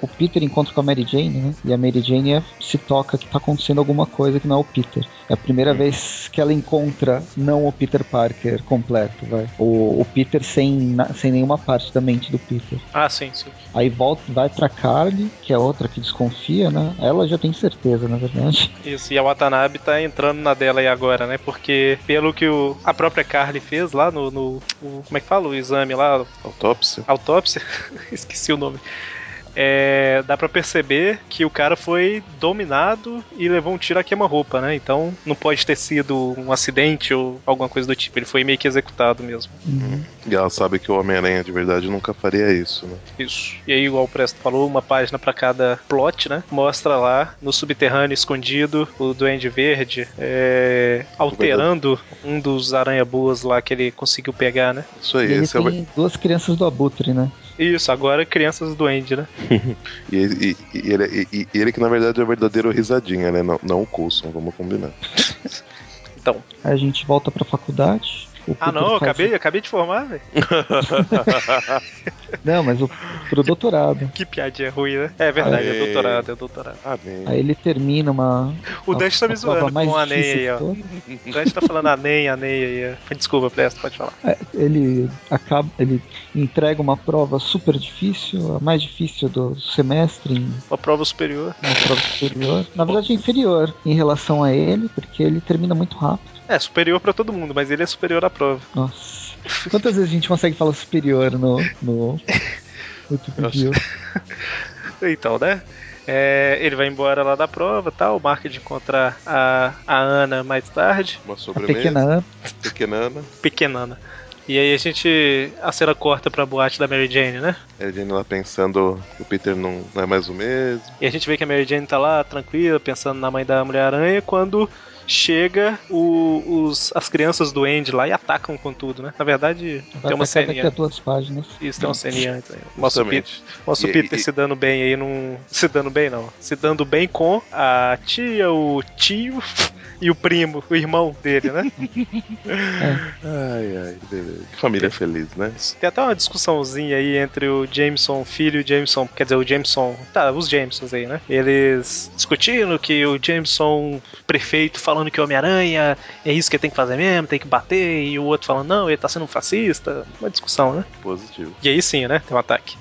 [SPEAKER 2] O Peter encontra com a Mary Jane, né? E a Mary Jane é- se toca que está acontecendo alguma coisa que não é o Peter. É a primeira vez que ela encontra não o Peter Parker completo, vai. O, o Peter sem, na- sem nenhuma parte da mente do Peter.
[SPEAKER 1] Ah, sim, sim.
[SPEAKER 2] Aí volta, vai pra Carly, que é outra que desconfia, né? Ela já tem certeza, na verdade.
[SPEAKER 1] Isso, e a Watanabe tá entrando na dela aí agora, né? Porque pelo que o, a própria Carly fez lá no, no- o- Como é que fala? O exame lá,
[SPEAKER 3] Autópsia?
[SPEAKER 1] autópsia, esqueci o nome. É, dá pra perceber que o cara foi dominado e levou um tiro a queima-roupa, né? Então não pode ter sido um acidente ou alguma coisa do tipo. Ele foi meio que executado mesmo.
[SPEAKER 3] E ela sabe que o Homem-Aranha de verdade nunca faria isso, né?
[SPEAKER 1] Isso. E aí, igual o Presto falou, uma página pra cada plot, né? Mostra lá no subterrâneo escondido o Duende Verde é, alterando um dos aranha-boas lá que ele conseguiu pegar, né?
[SPEAKER 3] Isso
[SPEAKER 2] E
[SPEAKER 3] aí,
[SPEAKER 2] ele
[SPEAKER 3] esse é o.
[SPEAKER 2] tem duas crianças do Abutre, né?
[SPEAKER 1] Isso, agora crianças do Duende, né?
[SPEAKER 3] E, e- e ele, e- e ele que na verdade é o verdadeiro risadinha, né? Não, não o Coulson, vamos combinar.
[SPEAKER 1] Então.
[SPEAKER 2] Aí a gente volta pra faculdade. o
[SPEAKER 1] Ah,
[SPEAKER 2] Peter
[SPEAKER 1] não, eu
[SPEAKER 2] faz-
[SPEAKER 1] acabei, acabei de formar, velho.
[SPEAKER 2] Não, mas o, pro doutorado.
[SPEAKER 1] Que piadinha ruim, né? É verdade, é
[SPEAKER 3] Aê.
[SPEAKER 1] doutorado, é doutorado.
[SPEAKER 3] Amém.
[SPEAKER 2] Aí ele termina uma.
[SPEAKER 1] O
[SPEAKER 2] a-
[SPEAKER 1] Dante tá me
[SPEAKER 2] a prova
[SPEAKER 1] zoando
[SPEAKER 2] mais
[SPEAKER 1] com a Ney
[SPEAKER 2] difícil
[SPEAKER 1] aí, ó.
[SPEAKER 2] toda.
[SPEAKER 1] O Dante tá falando a Ney, a Ney aí. ó. Desculpa, Presto, pode falar.
[SPEAKER 2] Ele acaba. Ele entrega uma prova super difícil, a mais difícil do semestre, em
[SPEAKER 1] Uma prova superior.
[SPEAKER 2] uma prova superior. Na verdade, é inferior em relação a ele, porque ele termina muito rápido.
[SPEAKER 1] É, superior pra todo mundo, mas ele é superior à prova.
[SPEAKER 2] Nossa. Quantas vezes a gente consegue falar superior no. no... no TPQ?
[SPEAKER 1] Então, né? É, ele vai embora lá da prova tal, marca de encontrar a, a Ana mais tarde,
[SPEAKER 3] Uma
[SPEAKER 2] A
[SPEAKER 3] sobremesa,
[SPEAKER 2] pequena
[SPEAKER 3] pequena...
[SPEAKER 2] Ana.
[SPEAKER 3] pequenana.
[SPEAKER 1] pequenana. E aí a gente. A cena corta pra boate da Mary Jane, né?
[SPEAKER 3] é A Jane lá pensando que o Peter não, não é mais o mesmo.
[SPEAKER 1] E a gente vê que a Mary Jane tá lá tranquila, pensando na mãe da Mulher-Aranha, quando chega o- os, as crianças do Andy lá e atacam com tudo, né? Na verdade,
[SPEAKER 2] Vai
[SPEAKER 1] tem uma
[SPEAKER 2] atacar daqui a
[SPEAKER 1] ceninha.
[SPEAKER 2] duas páginas. Tá.
[SPEAKER 1] Isso, tem uma ceninha antes aí. Mostra o Peter,
[SPEAKER 3] Justamente.
[SPEAKER 1] mostra o
[SPEAKER 3] E-
[SPEAKER 1] Peter
[SPEAKER 3] e-
[SPEAKER 1] tá se dando bem aí num. Se dando bem não. Se dando bem com a tia, o tio e o primo, o irmão dele, né?
[SPEAKER 3] Ai, ai, beleza. Que família feliz, né?
[SPEAKER 1] Tem até uma discussãozinha aí entre o Jameson filho e o Jameson, quer dizer, o Jameson, tá, os Jamesons aí, né? Eles discutindo que o Jameson prefeito falando que o Homem-Aranha é isso que ele tem que fazer mesmo, tem que bater, e o outro falando, não, ele tá sendo um fascista. Uma discussão, né?
[SPEAKER 3] Positivo.
[SPEAKER 1] E aí sim, né? Tem um ataque.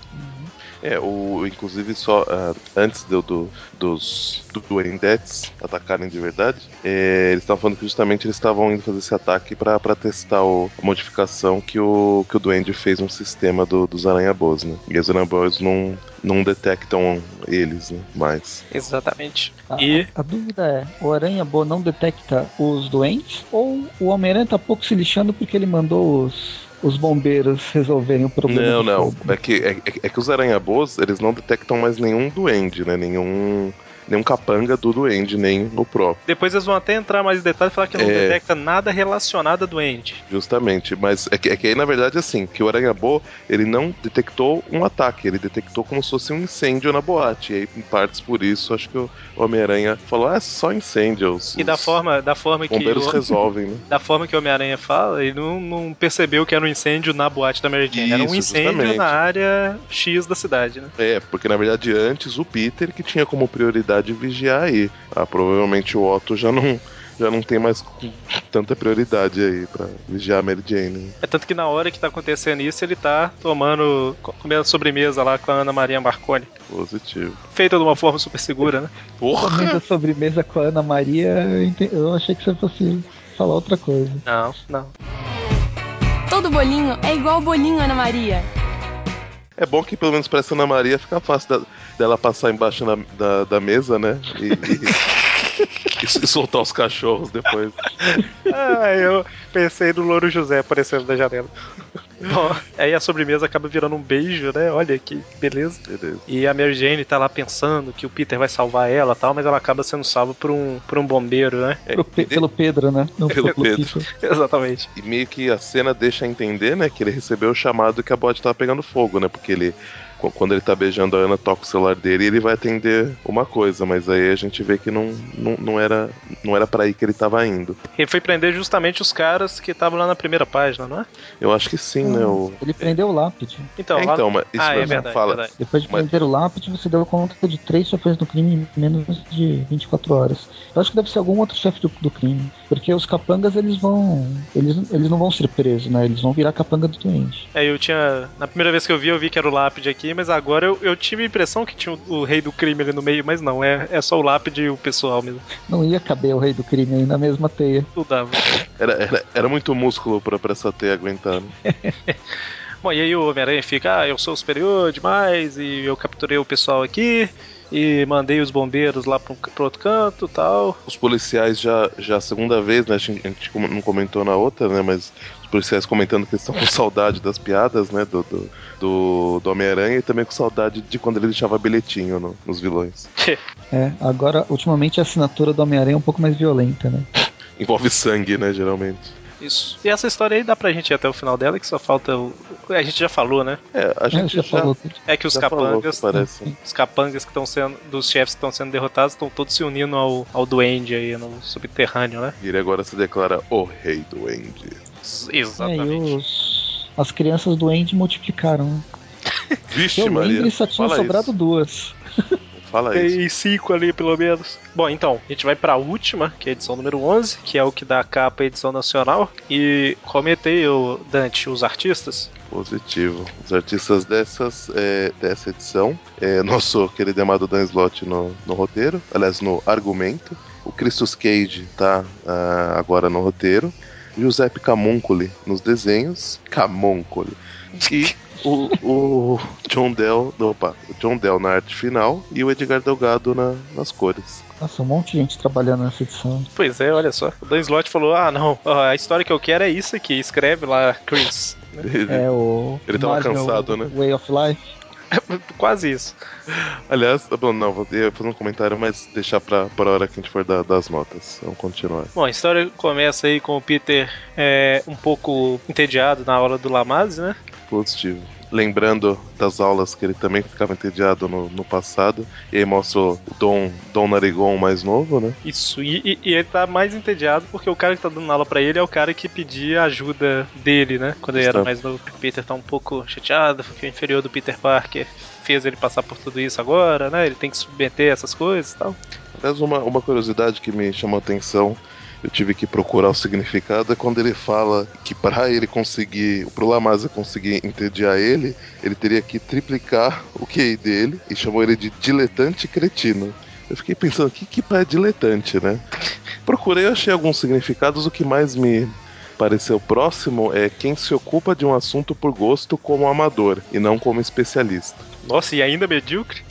[SPEAKER 3] É, o, inclusive, só ah, antes do, do- dos do Duendettes atacarem de verdade, é, eles estavam falando que justamente eles estavam indo fazer esse ataque pra pra testar o- a modificação que o, que o Duende fez no sistema do- dos Aranha-Boas, né? E os Aranha-Boas não, não detectam eles, né? Mas.
[SPEAKER 1] Exatamente.
[SPEAKER 2] A,
[SPEAKER 1] E-
[SPEAKER 2] Tá. a dúvida é: o Aranha Boa não detecta os doentes? Ou o Homem-Aranha tá pouco se lixando porque ele mandou os, os bombeiros resolverem o problema?
[SPEAKER 3] Não,
[SPEAKER 2] do
[SPEAKER 3] não.
[SPEAKER 2] fogo?
[SPEAKER 3] É que, é, é- é que os Aranha-Boas, eles não detectam mais nenhum Duende, né? Nenhum. Nenhum capanga do Duende, nem o próprio.
[SPEAKER 1] Depois eles vão até entrar mais em detalhe e falar que não
[SPEAKER 3] É.
[SPEAKER 1] detecta nada relacionado a doente.
[SPEAKER 3] Justamente, mas é que, é que aí na verdade assim, que o Aranha-Bo, ele não detectou um ataque, ele detectou como se fosse um incêndio na boate, e aí em partes por isso, acho que o Homem-Aranha falou, ah, só incêndio, os,
[SPEAKER 1] E da
[SPEAKER 3] os
[SPEAKER 1] forma, da forma que
[SPEAKER 3] bombeiros
[SPEAKER 1] o,
[SPEAKER 3] resolvem, né?
[SPEAKER 1] da forma que o Homem-Aranha fala, ele não, não percebeu que era um incêndio na boate da Mary Jane. era um
[SPEAKER 3] Isso,
[SPEAKER 1] incêndio
[SPEAKER 3] justamente.
[SPEAKER 1] na área X da cidade, né?
[SPEAKER 3] É, porque na verdade antes o Peter que tinha como prioridade vigiar aí, ah, provavelmente o Otto já não... Já não tem mais tanta prioridade aí pra vigiar a Mary Jane.
[SPEAKER 1] É tanto que na hora que tá acontecendo isso, ele tá tomando, co- comendo sobremesa lá com a Ana Maria Marconi.
[SPEAKER 3] Positivo.
[SPEAKER 1] Feita de uma forma super segura, né?
[SPEAKER 2] Comendo a sobremesa com a Ana Maria, eu ente- eu achei que você fosse falar outra coisa.
[SPEAKER 1] Não, não.
[SPEAKER 5] Todo bolinho é igual bolinho Ana Maria.
[SPEAKER 3] É bom que pelo menos pra essa Ana Maria fica fácil da- dela passar embaixo na- da, da mesa, né? E, e- e s- e soltar os cachorros depois.
[SPEAKER 1] Ah, eu pensei no Louro José aparecendo da janela. Bom, aí a sobremesa acaba virando um beijo, né? Olha que beleza.
[SPEAKER 3] Beleza.
[SPEAKER 1] E a Mary Jane tá lá pensando que o Peter vai salvar ela e tal, mas ela acaba sendo salva por um, por um bombeiro, né?
[SPEAKER 3] É,
[SPEAKER 2] Pro Pe- pelo Pedro, né? Não
[SPEAKER 3] Pelo Pedro.
[SPEAKER 2] Peter.
[SPEAKER 1] Exatamente.
[SPEAKER 3] E meio que a cena deixa a entender, né, que ele recebeu o chamado que a bot tava pegando fogo, né? Porque ele. qu- Quando ele tá beijando a Ana, toca o celular dele e ele vai atender uma coisa, mas aí a gente vê que não, não, não era não era para aí que ele tava indo.
[SPEAKER 1] Ele foi prender justamente os caras que estavam lá na primeira página, não é?
[SPEAKER 3] Eu acho que sim, né? O...
[SPEAKER 2] Ele prendeu o lápide.
[SPEAKER 1] Então,
[SPEAKER 3] É,
[SPEAKER 1] lá-
[SPEAKER 3] então, mas isso
[SPEAKER 1] ah, é
[SPEAKER 3] mesmo,
[SPEAKER 1] verdade,
[SPEAKER 3] fala.
[SPEAKER 1] verdade.
[SPEAKER 2] Depois de
[SPEAKER 3] Mas-
[SPEAKER 2] prender o lápide, você deu conta de três chefes do crime em menos de 24 horas. Eu acho que deve ser algum outro chefe do, do crime. Porque os capangas, eles vão. Eles, eles não vão ser presos, né? Eles vão virar capanga do doente.
[SPEAKER 1] É, eu tinha. Na primeira vez que eu vi, eu vi que era o lápide aqui, mas agora eu, eu tive a impressão que tinha o, o rei do crime ali no meio, mas não, é, é só o lápide e o pessoal mesmo.
[SPEAKER 2] Não ia caber o rei do crime aí na mesma teia.
[SPEAKER 1] Não dava.
[SPEAKER 3] Era, era, era muito músculo pra, pra essa teia aguentar. né?
[SPEAKER 1] Bom, e aí o Homem-Aranha fica, ah, eu sou superior demais, e eu capturei o pessoal aqui, e mandei os bombeiros lá pro, pro outro canto tal.
[SPEAKER 3] Os policiais já, já a segunda vez, né? A gente, a gente com- não comentou na outra, né? Mas os policiais comentando que eles estão com saudade das piadas, né? Do, do, do, do Homem-Aranha e também com saudade de quando ele deixava bilhetinho no- nos vilões.
[SPEAKER 2] É, agora, ultimamente a assinatura do Homem-Aranha é um pouco mais violenta, né?
[SPEAKER 3] Envolve sangue, né? Geralmente.
[SPEAKER 1] Isso. E essa história aí dá pra gente ir até o final dela, que só falta o. A gente já falou, né?
[SPEAKER 3] É, a gente
[SPEAKER 2] já
[SPEAKER 3] já,
[SPEAKER 2] falou tudo.
[SPEAKER 1] É que os
[SPEAKER 3] já falou,
[SPEAKER 1] capangas.
[SPEAKER 3] parece. um-
[SPEAKER 1] os capangas que estão sendo. dos chefes que estão sendo derrotados estão todos se unindo ao, ao duende aí no subterrâneo, né?
[SPEAKER 3] E ele agora se declara o rei do Andy.
[SPEAKER 2] É, e
[SPEAKER 1] Exatamente.
[SPEAKER 2] os... As crianças do Andy multiplicaram. né?
[SPEAKER 3] Vixe,
[SPEAKER 2] Eu
[SPEAKER 3] Maria.
[SPEAKER 2] lembro e só tinha
[SPEAKER 3] fala
[SPEAKER 2] sobrado duas.
[SPEAKER 3] isso. Fala isso.
[SPEAKER 1] É E cinco ali, pelo menos. Bom, então, a gente vai pra última, que é a edição número 11, que é o que dá a capa à edição nacional. E comentei, eu, Dante, os artistas.
[SPEAKER 3] Positivo. Os artistas dessas, é, dessa edição, é, nosso querido amado Dan Slott no, no roteiro, aliás, no argumento. O Christus Cage tá ah, agora no roteiro. Giuseppe Camuncoli nos desenhos. Camuncoli. E o, o John Dell. Opa, o John Dell na arte final e o Edgar Delgado na- nas cores.
[SPEAKER 2] Nossa, um monte de gente trabalhando nessa edição.
[SPEAKER 1] Pois é, olha só. O Dan Slott falou: ah, não, a história que eu quero é isso aqui, escreve lá, Chris.
[SPEAKER 2] É o.
[SPEAKER 3] Ele tava
[SPEAKER 2] Marvel
[SPEAKER 3] cansado, né?
[SPEAKER 2] Way of Life.
[SPEAKER 1] Quase isso.
[SPEAKER 3] Aliás, tá bom, não, vou eu ia fazer um comentário, mas deixar pra, pra hora que a gente for dar, das notas. Vamos continuar.
[SPEAKER 1] Bom, a história começa aí com o Peter é, um pouco entediado na aula do Lamaze, né?
[SPEAKER 3] Positivo. Lembrando das aulas que ele também ficava entediado no, no passado. E aí mostra o Dom, Dom Narigon mais novo, né?
[SPEAKER 1] Isso, e, e- e ele tá mais entediado porque o cara que tá dando aula pra ele é o cara que pedia ajuda dele, né? Quando ele era
[SPEAKER 3] Está.
[SPEAKER 1] mais novo. O Peter tá um pouco chateado porque o inferior do Peter Parker fez ele passar por tudo isso agora, né? Ele tem que submeter essas coisas e tal.
[SPEAKER 3] Aliás, uma, uma curiosidade que me chamou a atenção, eu tive que procurar o significado, é quando ele fala que pra ele conseguir, pro Lamasa conseguir entediar ele, ele teria que triplicar o QI dele e chamou ele de diletante cretino. Eu fiquei pensando, o que que é diletante, né? Procurei, eu achei alguns significados, o que mais me pareceu próximo é quem se ocupa de um assunto por gosto como amador e não como especialista,
[SPEAKER 1] Nossa, e ainda é medíocre?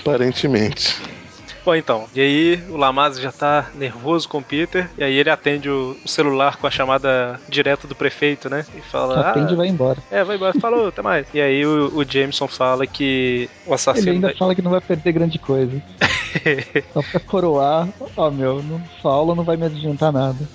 [SPEAKER 3] aparentemente.
[SPEAKER 1] Bom, então, e aí o Lamaze já tá nervoso com o Peter, e aí ele atende o, o celular com a chamada direta do prefeito, né? E fala.
[SPEAKER 2] Atende e
[SPEAKER 1] "Ah,
[SPEAKER 2] vai embora.
[SPEAKER 1] É, vai embora. Falou, até mais. E aí o, o Jameson fala que o
[SPEAKER 2] Ele
[SPEAKER 1] assassino.
[SPEAKER 2] ainda
[SPEAKER 1] da-
[SPEAKER 2] fala que não vai perder grande coisa. Só pra coroar, ó meu, não, sua aula não vai me adiantar nada.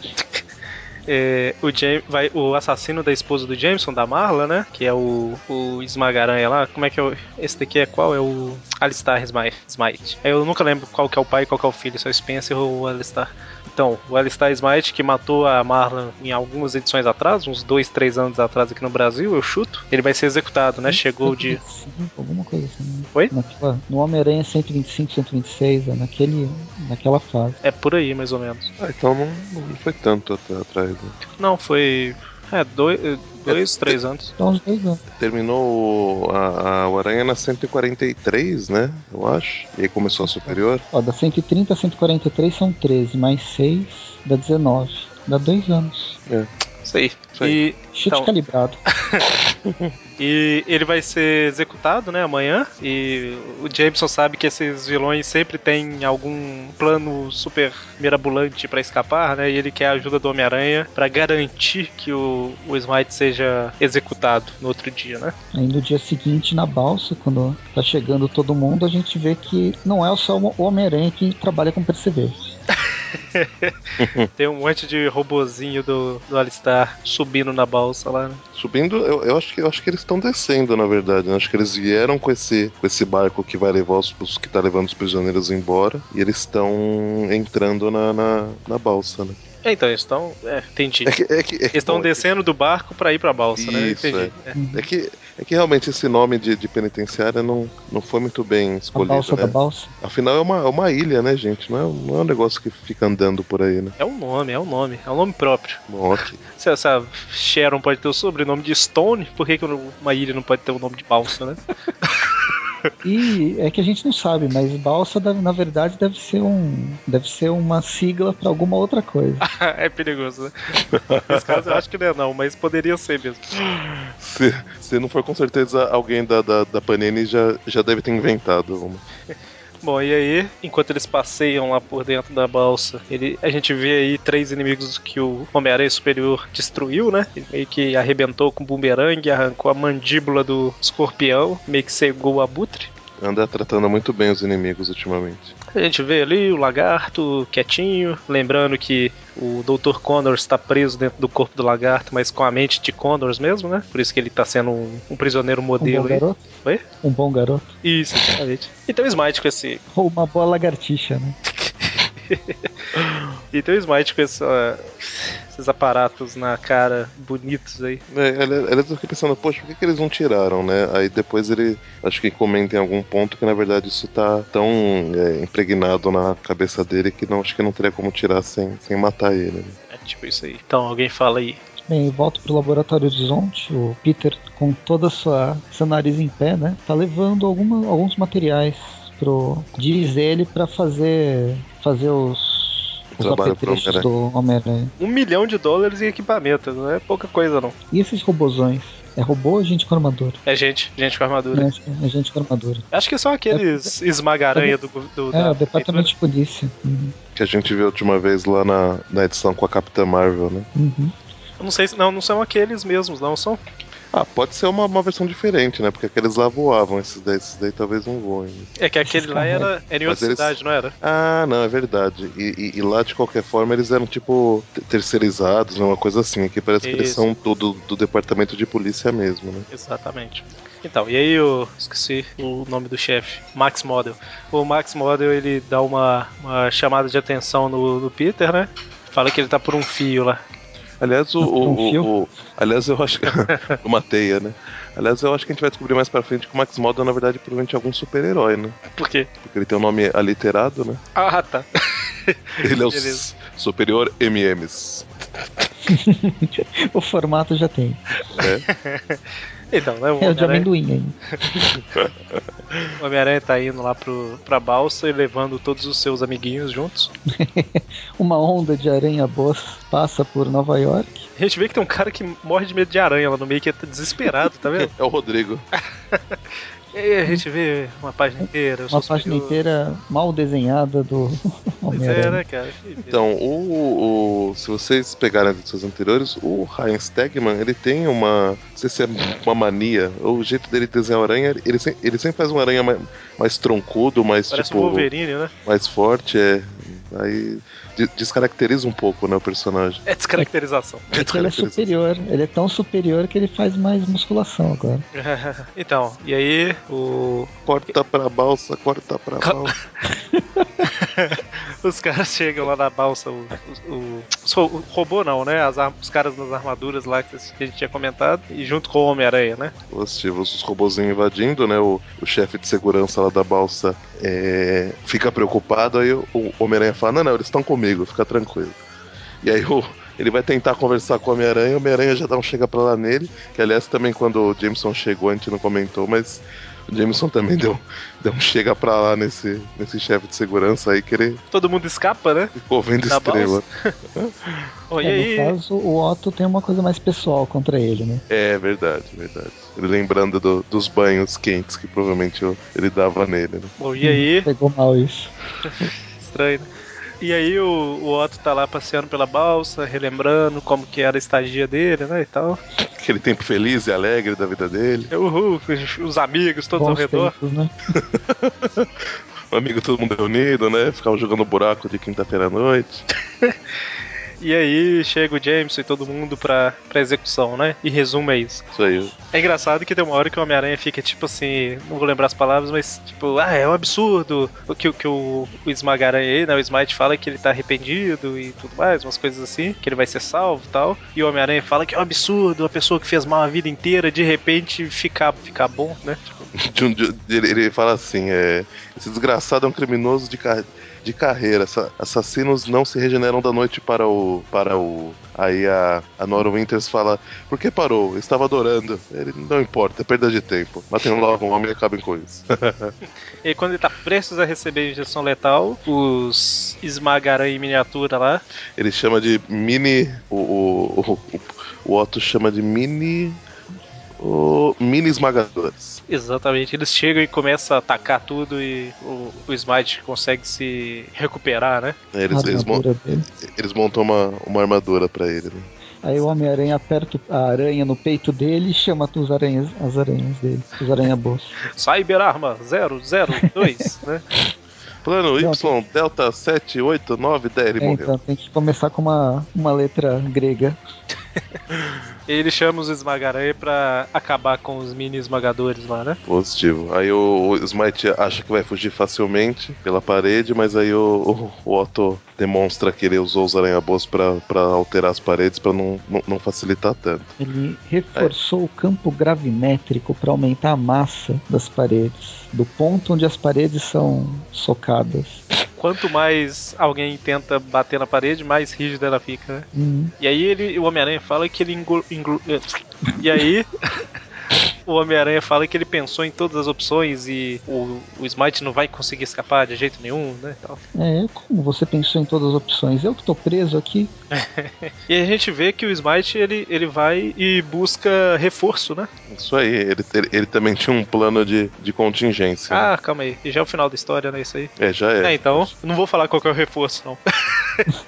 [SPEAKER 1] é, o, Jam- vai, o assassino da esposa do Jameson, da Marla, né? Que é o, o Esmagaranha lá. Como é que é? o- Esse daqui é qual? É o Alistar Smite. Smite. Eu nunca lembro qual que é o pai e qual que é o filho, se é o Spencer ou o Alistar. Então, o Alistar Smite, que matou a Marla em algumas edições atrás, uns dois, três anos atrás aqui no Brasil, eu chuto, ele vai ser executado, né? Chegou o dia.
[SPEAKER 2] 125, Tipo, alguma coisa assim. né?
[SPEAKER 1] Oi?
[SPEAKER 2] Naquela, no Homem-Aranha 125, 126, é naquele, naquela fase.
[SPEAKER 1] É por aí, mais ou menos.
[SPEAKER 3] Ah, então não, não foi tanto at- atrás, né?
[SPEAKER 1] Não, foi. É, dois, dois três anos.
[SPEAKER 2] Então, uns dois anos.
[SPEAKER 3] Terminou o- a, a o Aranha na 143, né? Eu acho. E aí começou a superior.
[SPEAKER 2] Ó, da 130 a 143 são 13, mais 6 dá 19. Dá dois anos.
[SPEAKER 1] Isso aí.
[SPEAKER 3] Isso aí.
[SPEAKER 1] E
[SPEAKER 2] Chute
[SPEAKER 1] Então-
[SPEAKER 2] calibrado.
[SPEAKER 1] E ele vai ser executado, né, amanhã. E o Jameson sabe que esses vilões sempre têm algum plano super mirabolante pra escapar, né? E ele quer a ajuda do Homem-Aranha pra garantir que o, o Smite seja executado no outro dia, né?
[SPEAKER 2] Aí no dia seguinte, na balsa, quando tá chegando todo mundo, a gente vê que não é só o Homem-Aranha que trabalha com Perseverance.
[SPEAKER 1] Tem um monte de robozinho do, do Alistar subindo na balsa lá, né?
[SPEAKER 3] Subindo, eu, eu acho que eu acho que eles estão descendo, na verdade. né? Acho que eles vieram com esse, com esse barco que vai levar os, os que tá levando os prisioneiros embora. E eles estão entrando na, na, na balsa, né?
[SPEAKER 1] É, então, eles estão. É, entendi.
[SPEAKER 3] É que, é que, é que-
[SPEAKER 1] Eles estão
[SPEAKER 3] bom, é que-
[SPEAKER 1] descendo do barco pra ir pra balsa, né?
[SPEAKER 3] Isso,
[SPEAKER 1] Entendi. É.
[SPEAKER 2] Uhum.
[SPEAKER 3] É que, é que realmente esse nome de, de penitenciária não, não foi muito bem
[SPEAKER 2] A
[SPEAKER 3] escolhido,
[SPEAKER 2] balsa
[SPEAKER 3] né?
[SPEAKER 2] da balsa.
[SPEAKER 3] Afinal, é uma, é uma ilha, né, gente? Não é, um- não é um negócio que fica andando por aí, né?
[SPEAKER 1] É um nome, é um nome, é um nome próprio.
[SPEAKER 3] Bom, ok.
[SPEAKER 1] Se essa Sharon pode ter o sobrenome de Stone, por que que uma ilha não pode ter o nome de balsa, né?
[SPEAKER 2] E é que a gente não sabe, mas balsa deve- na verdade deve ser um, deve ser uma sigla pra alguma outra coisa.
[SPEAKER 3] Ah,
[SPEAKER 1] é perigoso, né? Nesse caso eu acho que não é não, mas poderia ser mesmo.
[SPEAKER 3] Se, se não for, com certeza alguém da, da, da Panini já, já deve ter inventado uma.
[SPEAKER 1] Bom, e aí, enquanto eles passeiam lá por dentro da balsa, ele, a gente vê aí três inimigos que o Homem-Aranha Superior destruiu, né? Ele meio que arrebentou com o bumerangue, arrancou a mandíbula do escorpião, meio que cegou o abutre.
[SPEAKER 3] Anda tratando muito bem os inimigos ultimamente.
[SPEAKER 1] A gente vê ali o lagarto quietinho, lembrando que o Dr. Connors está preso dentro do corpo do lagarto, mas com a mente de Connors mesmo, né? Por isso que ele tá sendo um, um prisioneiro
[SPEAKER 2] Um bom
[SPEAKER 1] modelo aí.
[SPEAKER 2] garoto.
[SPEAKER 1] Oi?
[SPEAKER 2] Um bom garoto.
[SPEAKER 1] Isso, exatamente. E tem o Smite com esse,
[SPEAKER 2] Ou uma boa lagartixa, né?
[SPEAKER 1] E tem o Smite com essa- esses aparatos na cara bonitos aí.
[SPEAKER 3] É, ali- aliás, eu fiquei pensando, poxa, por que, que eles não tiraram, né? Aí depois ele, acho que comenta em algum ponto que na verdade isso tá tão é, impregnado na cabeça dele que não, acho que não teria como tirar sem, sem matar ele. né?
[SPEAKER 1] É tipo isso aí. Então alguém fala aí.
[SPEAKER 2] Bem, volto pro laboratório Horizonte. O Peter, com toda a sua seu nariz em pé, né? Tá levando alguma, alguns materiais pro. Diz ele pra fazer. fazer os. os
[SPEAKER 3] Trabalho pro
[SPEAKER 2] apetrechos do Homem-Aranha.
[SPEAKER 1] Um milhão de dólares em equipamento, não é pouca coisa não.
[SPEAKER 2] E esses robozões? É robô ou gente com armadura?
[SPEAKER 1] É gente, gente com armadura.
[SPEAKER 2] Né? É gente com armadura.
[SPEAKER 1] Acho que são aqueles esmagaranha do, do
[SPEAKER 2] É,
[SPEAKER 1] da
[SPEAKER 2] o departamento de polícia. Uhum.
[SPEAKER 3] Que a gente viu a última vez lá na, na edição com a Capitã Marvel, né?
[SPEAKER 2] Uhum.
[SPEAKER 1] prefeitura. Não sei se não, não são aqueles mesmos, não são.
[SPEAKER 3] Ah, pode ser uma, uma versão diferente, né? Porque aqueles lá voavam, esses daí, esses daí talvez não voem. né?
[SPEAKER 1] É que aquele lá era, era em
[SPEAKER 3] Mas
[SPEAKER 1] outra
[SPEAKER 3] eles-
[SPEAKER 1] cidade, não era?
[SPEAKER 3] Ah, não, é verdade. E, e- e lá, de qualquer forma, eles eram tipo te- terceirizados, né? uma coisa assim. Aqui parece que eles
[SPEAKER 1] Isso.
[SPEAKER 3] são do, do, do departamento de polícia mesmo, né?
[SPEAKER 1] Exatamente. Então, e aí eu esqueci o nome do chefe, Max Model. O Max Model ele dá uma, uma chamada de atenção no, no Peter, né? Fala que ele tá por um fio lá.
[SPEAKER 3] Aliás, o, o-
[SPEAKER 2] Um fio?
[SPEAKER 3] o- o- aliás, eu acho que. uma teia, né? Aliás, eu acho que a gente vai descobrir mais pra frente que o Max Model, na verdade, provavelmente é algum super-herói, né?
[SPEAKER 1] Por quê?
[SPEAKER 3] Porque ele tem um nome aliterado, né?
[SPEAKER 1] Ah, tá.
[SPEAKER 3] Ele é o
[SPEAKER 1] Beleza.
[SPEAKER 3] Superior MMs.
[SPEAKER 2] O formato já tem.
[SPEAKER 1] Então, né? O
[SPEAKER 2] É o de
[SPEAKER 1] Homem-Aranha
[SPEAKER 2] amendoim ainda.
[SPEAKER 1] o Homem-Aranha tá indo lá pro, pra balsa e levando todos os seus amiguinhos juntos.
[SPEAKER 2] Uma onda de aranha boas passa por Nova York.
[SPEAKER 1] A gente vê que tem um cara que morre de medo de aranha lá no meio, que tá desesperado, tá vendo?
[SPEAKER 3] É o Rodrigo.
[SPEAKER 1] E aí a gente vê uma página inteira. os
[SPEAKER 2] Uma página
[SPEAKER 1] suspiros.
[SPEAKER 2] inteira mal desenhada do
[SPEAKER 1] Pois é,
[SPEAKER 2] Homem-Aranha.
[SPEAKER 1] né, cara? Que beleza.
[SPEAKER 3] Então, o, o- se vocês pegarem as edições anteriores, o Ryan Stegman, ele tem uma, não sei se é uma mania, ou o jeito dele desenhar aranha, ele, sem- ele sempre faz uma aranha mais, mais troncudo, mais
[SPEAKER 1] Parece um
[SPEAKER 3] tipo,
[SPEAKER 1] Wolverine, né?
[SPEAKER 3] mais forte, é, aí de- descaracteriza um pouco, né, o personagem.
[SPEAKER 1] É descaracterização.
[SPEAKER 2] É que ele é superior. Ele é tão superior que ele faz mais musculação agora.
[SPEAKER 1] então, e aí o-
[SPEAKER 3] Corta pra balsa, corta pra
[SPEAKER 1] Ca-
[SPEAKER 3] balsa.
[SPEAKER 1] os caras chegam lá na balsa, o, o, o- os ro- o robô não, né? As ar- os caras nas armaduras lá que a gente tinha comentado, e junto com o Homem-Aranha, né?
[SPEAKER 3] Os, os, os robozinhos invadindo, né? O, o chefe de segurança lá da balsa é, fica preocupado, aí o, o Homem-Aranha fala, não, não, eles estão comigo, fica tranquilo. E aí o, ele vai tentar conversar com o Homem-Aranha, o Homem-Aranha já dá um chega pra lá nele, que aliás também quando o Jameson chegou a gente não comentou, mas O Jameson também deu, deu um chega pra lá nesse, nesse chefe de segurança aí que ele
[SPEAKER 1] Todo mundo escapa, né?
[SPEAKER 3] ficou vendo
[SPEAKER 1] Na
[SPEAKER 3] estrela.
[SPEAKER 1] Oh, e
[SPEAKER 2] É,
[SPEAKER 1] aí?
[SPEAKER 2] no caso, o Otto tem uma coisa mais pessoal contra ele, né?
[SPEAKER 3] É verdade, verdade. Ele lembrando do- dos banhos quentes que provavelmente eu- ele dava nele, né?
[SPEAKER 1] Bom, e aí?
[SPEAKER 2] Pegou mal isso.
[SPEAKER 1] Estranho, né? E aí o, o Otto tá lá passeando pela balsa, relembrando como que era a estadia dele, né, e tal. É,
[SPEAKER 3] Aquele tempo feliz e alegre da vida dele.
[SPEAKER 1] Uhul, os amigos todos ao
[SPEAKER 2] Bons
[SPEAKER 1] redor.
[SPEAKER 2] tempos, né?
[SPEAKER 3] Um amigo todo mundo reunido, né? Ficava jogando buraco de quinta-feira à noite.
[SPEAKER 1] E aí chega o Jameson e todo mundo pra, pra execução, né? E resumo é isso.
[SPEAKER 3] Isso aí.
[SPEAKER 1] É engraçado que tem uma hora que o Homem-Aranha fica tipo assim, não vou lembrar as palavras, mas tipo, ah, é um absurdo o que, o que o, o Esmagaranha aí, né? O Smite fala que ele tá arrependido e tudo mais, umas coisas assim, que ele vai ser salvo e tal. E o Homem-Aranha fala que é um absurdo, uma pessoa que fez mal a vida inteira, de repente ficar ficar bom, né? Tipo,
[SPEAKER 3] De um- de- ele, ele fala assim: é, esse desgraçado é um criminoso de, ca- de carreira. Assa- assassinos não se regeneram da noite para o. para o. Aí a, a Nora Winters fala, por que parou? Eu Estava adorando. Ele não importa, é perda de tempo. Matem logo um homem e acabem com isso.
[SPEAKER 1] E aí, quando ele tá prestes a receber a injeção letal, os Esmagaranha em miniatura lá,
[SPEAKER 3] Ele chama de mini. O, o, o, o Otto chama de mini. O, mini esmagadores.
[SPEAKER 1] Exatamente, eles chegam e começam a atacar tudo e o, o Smite consegue se recuperar, né?
[SPEAKER 3] Eles,
[SPEAKER 2] A
[SPEAKER 3] eles, mon-
[SPEAKER 2] armadura dele.
[SPEAKER 3] eles montam uma, uma armadura pra ele. né?
[SPEAKER 2] Aí o Homem-Aranha aperta a aranha no peito dele e chama os aranhas, as aranhas dele, os aranha-bols.
[SPEAKER 1] Cyber Arma 002, né?
[SPEAKER 2] Não,
[SPEAKER 3] Plano Y, Delta 7, 8, 9, 10, ele
[SPEAKER 2] É,
[SPEAKER 3] morreu.
[SPEAKER 2] então, tem que começar com uma, uma letra grega.
[SPEAKER 1] E ele chama os esmagaranha pra acabar com os mini esmagadores lá, né?
[SPEAKER 3] Positivo. Aí o, o Smite acha que vai fugir facilmente pela parede, mas aí o, o, o Otto demonstra que ele usou os aranhabôs pra, pra alterar as paredes pra não, não, não facilitar tanto.
[SPEAKER 2] Ele reforçou o campo gravimétrico para aumentar a massa das paredes, do ponto onde as paredes são socadas.
[SPEAKER 1] Quanto mais alguém tenta bater na parede, mais rígida ela fica, né?
[SPEAKER 2] Hum,
[SPEAKER 1] E aí ele, o Homem-Aranha fala que ele engru, engru- eh, E aí. O Homem-Aranha fala que ele pensou em todas as opções e o, o Smite não vai conseguir escapar de jeito nenhum, né? Tal.
[SPEAKER 2] é, como você pensou em todas as opções? Eu que tô preso aqui?
[SPEAKER 1] E a gente vê que o Smite ele, ele vai e busca reforço, né?
[SPEAKER 3] Isso aí, ele, ele, ele também tinha um plano de, de contingência. né?
[SPEAKER 1] Ah, calma aí. E já é o final da história, né? Isso aí.
[SPEAKER 3] É, já
[SPEAKER 1] É,
[SPEAKER 3] é.
[SPEAKER 1] então, não vou falar qual que é o reforço, não.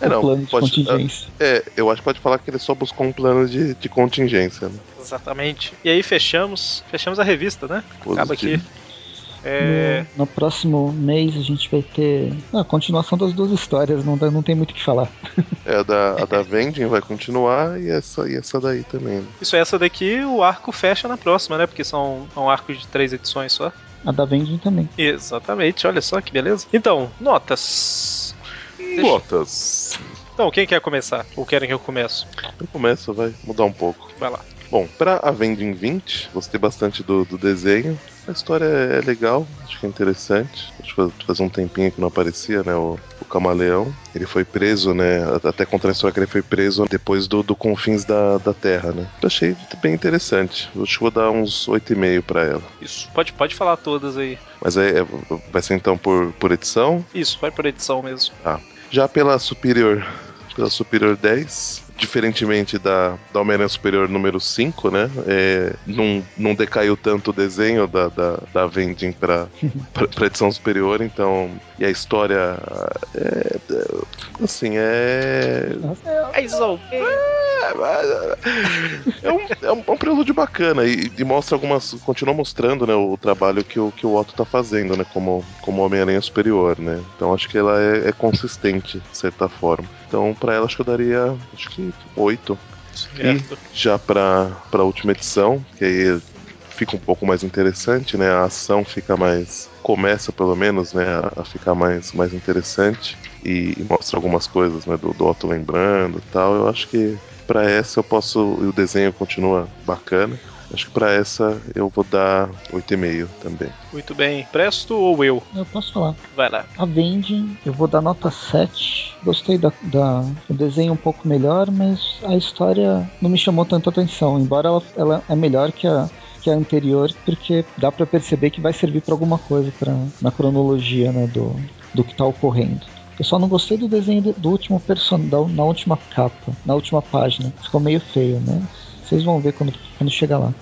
[SPEAKER 3] É,
[SPEAKER 2] o
[SPEAKER 3] não,
[SPEAKER 2] plano de
[SPEAKER 3] pode-
[SPEAKER 2] contingência.
[SPEAKER 3] É, eu acho que pode falar que ele só buscou um plano de, de contingência. Né?
[SPEAKER 1] Exatamente. E aí fechamos. Fechamos a revista, né? Acaba aqui.
[SPEAKER 3] Positivo.
[SPEAKER 1] É,
[SPEAKER 2] No, no próximo mês a gente vai ter a continuação das duas histórias, não, dá- não tem muito o que falar.
[SPEAKER 3] É, a da, a da Vending vai continuar e essa, e essa daí também. né?
[SPEAKER 1] isso, é essa daqui o arco fecha na próxima, né? Porque são é um arco de três edições só.
[SPEAKER 2] A da Vending também.
[SPEAKER 1] Exatamente, olha só que beleza. Então, notas.
[SPEAKER 3] Notas.
[SPEAKER 1] Então, quem quer começar? Ou querem que eu comece?
[SPEAKER 3] Eu começo, vai mudar um pouco.
[SPEAKER 1] Vai lá.
[SPEAKER 3] Bom, pra A Venda em 20, gostei bastante do, do desenho. A história é legal, acho que é interessante. Acho que faz, faz um tempinho que não aparecia, né? O, o camaleão. Ele foi preso, né? Até contra a história que ele foi preso depois do, do Confins da, da Terra, né? Eu achei bem interessante. Eu Acho que vou dar uns 8,5 pra ela.
[SPEAKER 1] Isso. Pode, pode falar todas aí.
[SPEAKER 3] Mas aí é, vai ser então por, por edição.
[SPEAKER 1] Isso, vai por edição mesmo.
[SPEAKER 3] Já pela Superior, pela Superior 10, diferentemente da, da Homem-Aranha Superior número 5, né? é, não, não decaiu tanto o desenho da, da, da Vending pra, pra, pra edição superior, então. E a história. É, é, assim, é.
[SPEAKER 1] Mas, ó,
[SPEAKER 3] É um, é um, é um prelúdio bacana e, e mostra algumas. continua mostrando né, o trabalho que o, que o Otto tá fazendo, né? Como, como Homem-Aranha Superior, né? Então acho que ela é, é consistente, de certa forma. Então, pra ela acho que eu daria acho que oito.
[SPEAKER 1] certo.
[SPEAKER 3] Já pra, pra última edição, que aí fica um pouco mais interessante, né? A ação fica mais. começa pelo menos, né? A, a ficar mais, mais interessante. E, e mostra algumas coisas, né? Do, do Otto lembrando e tal. Eu acho que Pra essa eu posso. e O desenho continua bacana. Acho que pra essa eu vou dar 8,5 também.
[SPEAKER 1] Muito bem. Presto ou eu?
[SPEAKER 2] Eu posso falar.
[SPEAKER 1] Vai lá.
[SPEAKER 2] A tá Vending, eu vou dar nota 7. Gostei da, da- do desenho um pouco melhor, mas a história não me chamou tanta atenção. Embora ela, ela é melhor que a que a anterior, porque dá para perceber que vai servir para alguma coisa pra, na cronologia né, do, do que tá ocorrendo. Eu só não gostei do desenho do, do último personagem, na última capa, na última página. Ficou meio feio, né? Vocês vão ver quando, quando chegar lá.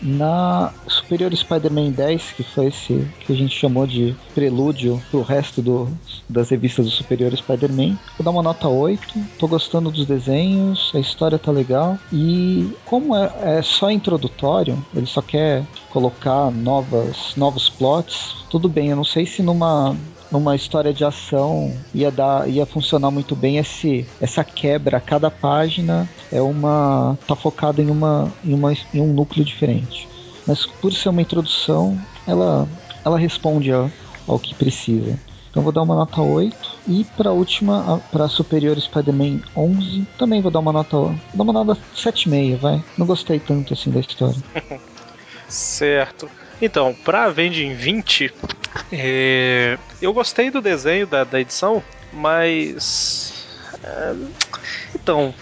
[SPEAKER 2] Na Superior Spider-Man 10, que foi esse que a gente chamou de prelúdio pro resto do, das revistas do Superior Spider-Man, vou dar uma nota 8. Tô gostando dos desenhos, a história tá legal. E como é, é só introdutório, ele só quer colocar novas, novos plots, tudo bem. Eu não sei se numa numa história de ação ia dar ia funcionar muito bem esse essa quebra cada página é uma tá focada em uma em, uma, em um núcleo diferente mas por ser uma introdução ela ela responde ao, ao que precisa então vou dar uma nota 8 e para última para Superior Spider-Man 11 também vou dar uma nota vou dar uma nota 7,5 vai não gostei tanto assim da história
[SPEAKER 1] certo então, pra Vending 20, é, eu gostei do desenho da, da edição, mas. É, então,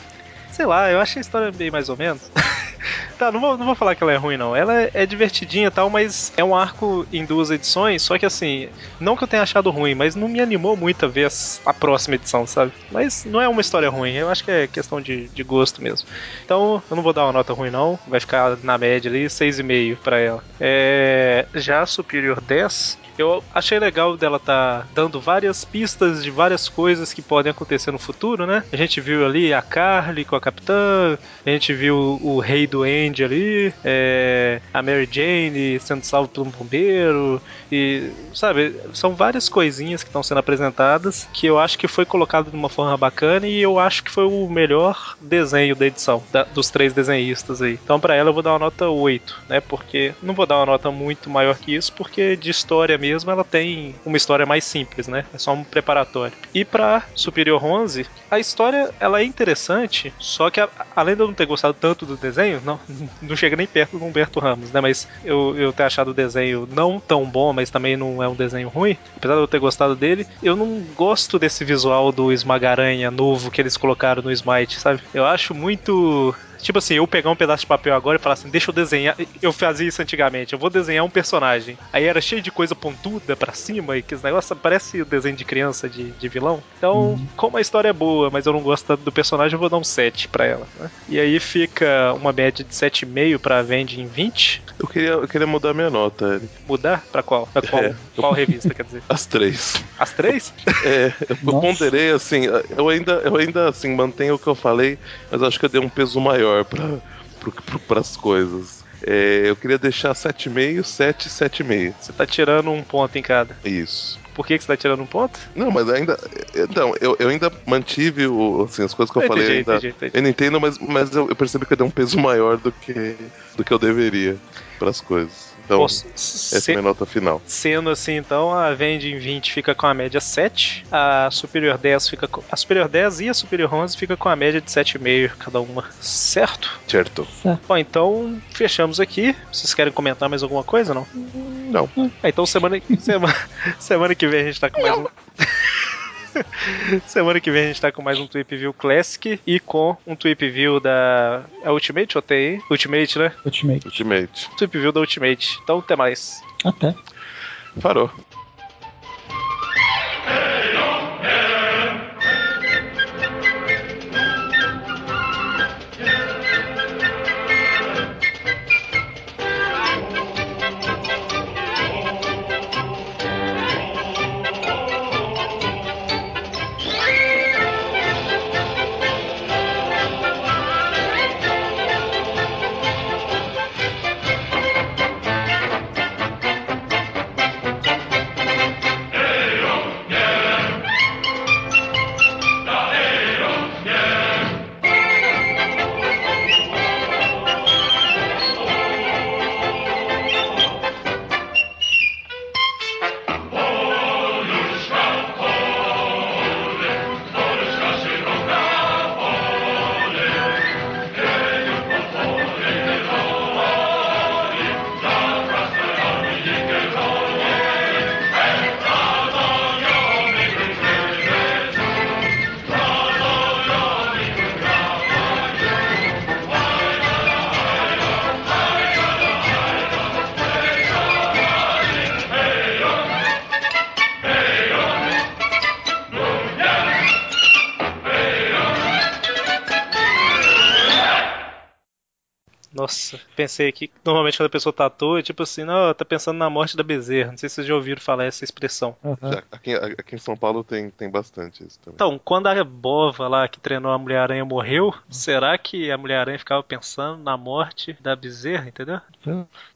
[SPEAKER 1] sei lá, eu achei a história bem mais ou menos. tá, não vou, não vou falar que ela é ruim, não. Ela é, é divertidinha e tal, mas é um arco em duas edições, só que assim, não que eu tenha achado ruim, mas não me animou muito a ver as, a próxima edição, sabe? Mas não é uma história ruim, eu acho que é questão de, de gosto mesmo. Então, eu não vou dar uma nota ruim, não. Vai ficar na média ali, 6,5 pra ela. É, já a Superior 10, eu achei legal dela tá dando várias pistas de várias coisas que podem acontecer no futuro, né? A gente viu ali a Carly com a Capitã, a gente viu o Rei do Andy ali, é, a Mary Jane sendo salva por um bombeiro, e sabe, são várias coisinhas que estão sendo apresentadas que eu acho que foi colocado de uma forma bacana e eu acho que foi o melhor desenho da edição, da, dos três desenhistas aí. Então, para ela, eu vou dar uma nota 8, né? Porque não vou dar uma nota muito maior que isso, porque de história mesmo, ela tem uma história mais simples, né? É só um preparatório. E para Superior 11, a história ela é interessante, só que a, além de eu não ter gostado tanto do desenho, não, não chega nem perto do Humberto Ramos, né? Mas eu, eu ter achado o desenho não tão bom, mas também não é um desenho ruim, apesar de eu ter gostado dele, eu não gosto desse visual do Esmagaranha novo que eles colocaram no Smite, sabe? Eu acho muito Tipo assim, eu pegar um pedaço de papel agora e falar assim, deixa eu desenhar. Eu fazia isso antigamente, eu vou desenhar um personagem. Aí era cheio de coisa pontuda para cima e que esse negócio parece o desenho de criança de, de vilão. Então, uhum. como a história é boa, mas eu não gosto tanto do personagem, eu vou dar um 7 pra ela. Né? E aí fica uma média de 7,5 pra Vende em 20.
[SPEAKER 3] Eu queria, eu queria mudar minha nota, Eric.
[SPEAKER 1] Mudar? Pra qual? Pra qual, é. qual revista, quer dizer?
[SPEAKER 3] As três.
[SPEAKER 1] As três?
[SPEAKER 3] É, eu Nossa. ponderei assim, eu ainda, eu ainda assim, mantenho o que eu falei, mas acho que eu dei um peso maior maior para pra, as coisas. É, eu queria deixar 7,5, 7, 7,5.
[SPEAKER 1] Você tá tirando um ponto em cada.
[SPEAKER 3] Isso.
[SPEAKER 1] Por que, que você tá tirando um ponto?
[SPEAKER 3] Não, mas ainda. Então, eu, eu ainda mantive o, assim, as coisas que eu, eu falei. Entendi, ainda, entendi, entendi. Eu não entendo, mas, mas eu, eu, percebi que eu dei um peso maior do que, do que eu deveria para as coisas. Então, Poxa, essa se... é a minha nota final.
[SPEAKER 1] Sendo assim, então, a Vende em 20 fica com a média 7, a Superior 10 fica com... A Superior 10 e a Superior 11 fica com a média de 7,5 cada uma, certo?
[SPEAKER 3] Certo.
[SPEAKER 1] É. Bom, então, fechamos aqui. Vocês querem comentar mais alguma coisa, não?
[SPEAKER 3] Não.
[SPEAKER 1] Ah, então, semana, semana, semana que vem a gente tá com mais um... Semana que vem a gente tá com mais um Tweep View Classic e com um Tweep View da é Ultimate ou TI? Ultimate, né?
[SPEAKER 2] Ultimate.
[SPEAKER 3] Ultimate.
[SPEAKER 1] Tweep View da Ultimate. Então, até mais.
[SPEAKER 2] Até.
[SPEAKER 3] Parou.
[SPEAKER 1] Nossa, pensei que normalmente quando a pessoa tatua, é tipo assim, não, tá pensando na morte da bezerra. Não sei se vocês já ouviram falar essa expressão.
[SPEAKER 2] Ah.
[SPEAKER 3] Já- aqui, aqui em São Paulo tem, tem bastante isso também.
[SPEAKER 1] Então, quando a Bova lá que treinou a Mulher-Aranha morreu, será que a Mulher-Aranha ficava pensando na morte da bezerra, entendeu?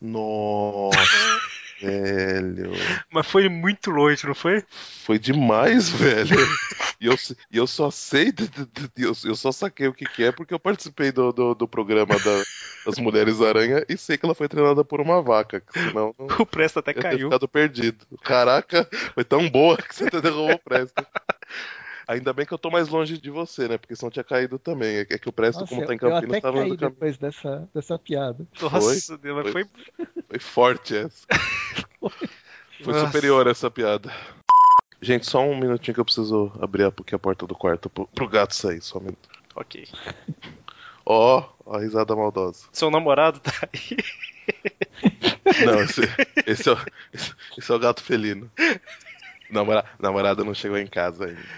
[SPEAKER 3] Nossa, velho.
[SPEAKER 1] Mas foi muito longe, não foi?
[SPEAKER 3] Foi demais, velho. E eu, e eu só sei, de- de- de- de- eu, eu só saquei o que, que é porque eu participei do, do, do programa da- das Mulheres Aranha e sei que ela foi treinada por uma vaca, que senão não
[SPEAKER 1] O Presto até
[SPEAKER 3] eu teria
[SPEAKER 1] caiu.
[SPEAKER 3] ficado perdido. Caraca, foi tão boa que você até derrubou o Presto. Ainda bem que eu tô mais longe de você, né? Porque senão tinha caído também. É que o Presto,
[SPEAKER 2] Nossa,
[SPEAKER 3] como tá em
[SPEAKER 2] eu, eu
[SPEAKER 3] Campinas,
[SPEAKER 2] até
[SPEAKER 3] tava
[SPEAKER 2] caí
[SPEAKER 3] no caminho.
[SPEAKER 2] depois dessa, dessa piada.
[SPEAKER 1] Nossa, Deus, mas
[SPEAKER 3] Foi.
[SPEAKER 1] foi.
[SPEAKER 3] Foi forte essa. Foi
[SPEAKER 1] Nossa.
[SPEAKER 3] superior essa piada. Gente, só um minutinho que eu preciso abrir a- aqui a porta do quarto pro, pro gato sair, só um minuto.
[SPEAKER 1] Ok.
[SPEAKER 3] Ó, a risada maldosa.
[SPEAKER 1] Seu namorado tá aí.
[SPEAKER 3] Não, esse, esse é, o, esse, esse é o gato felino. Namora- namorada não chegou em casa ainda.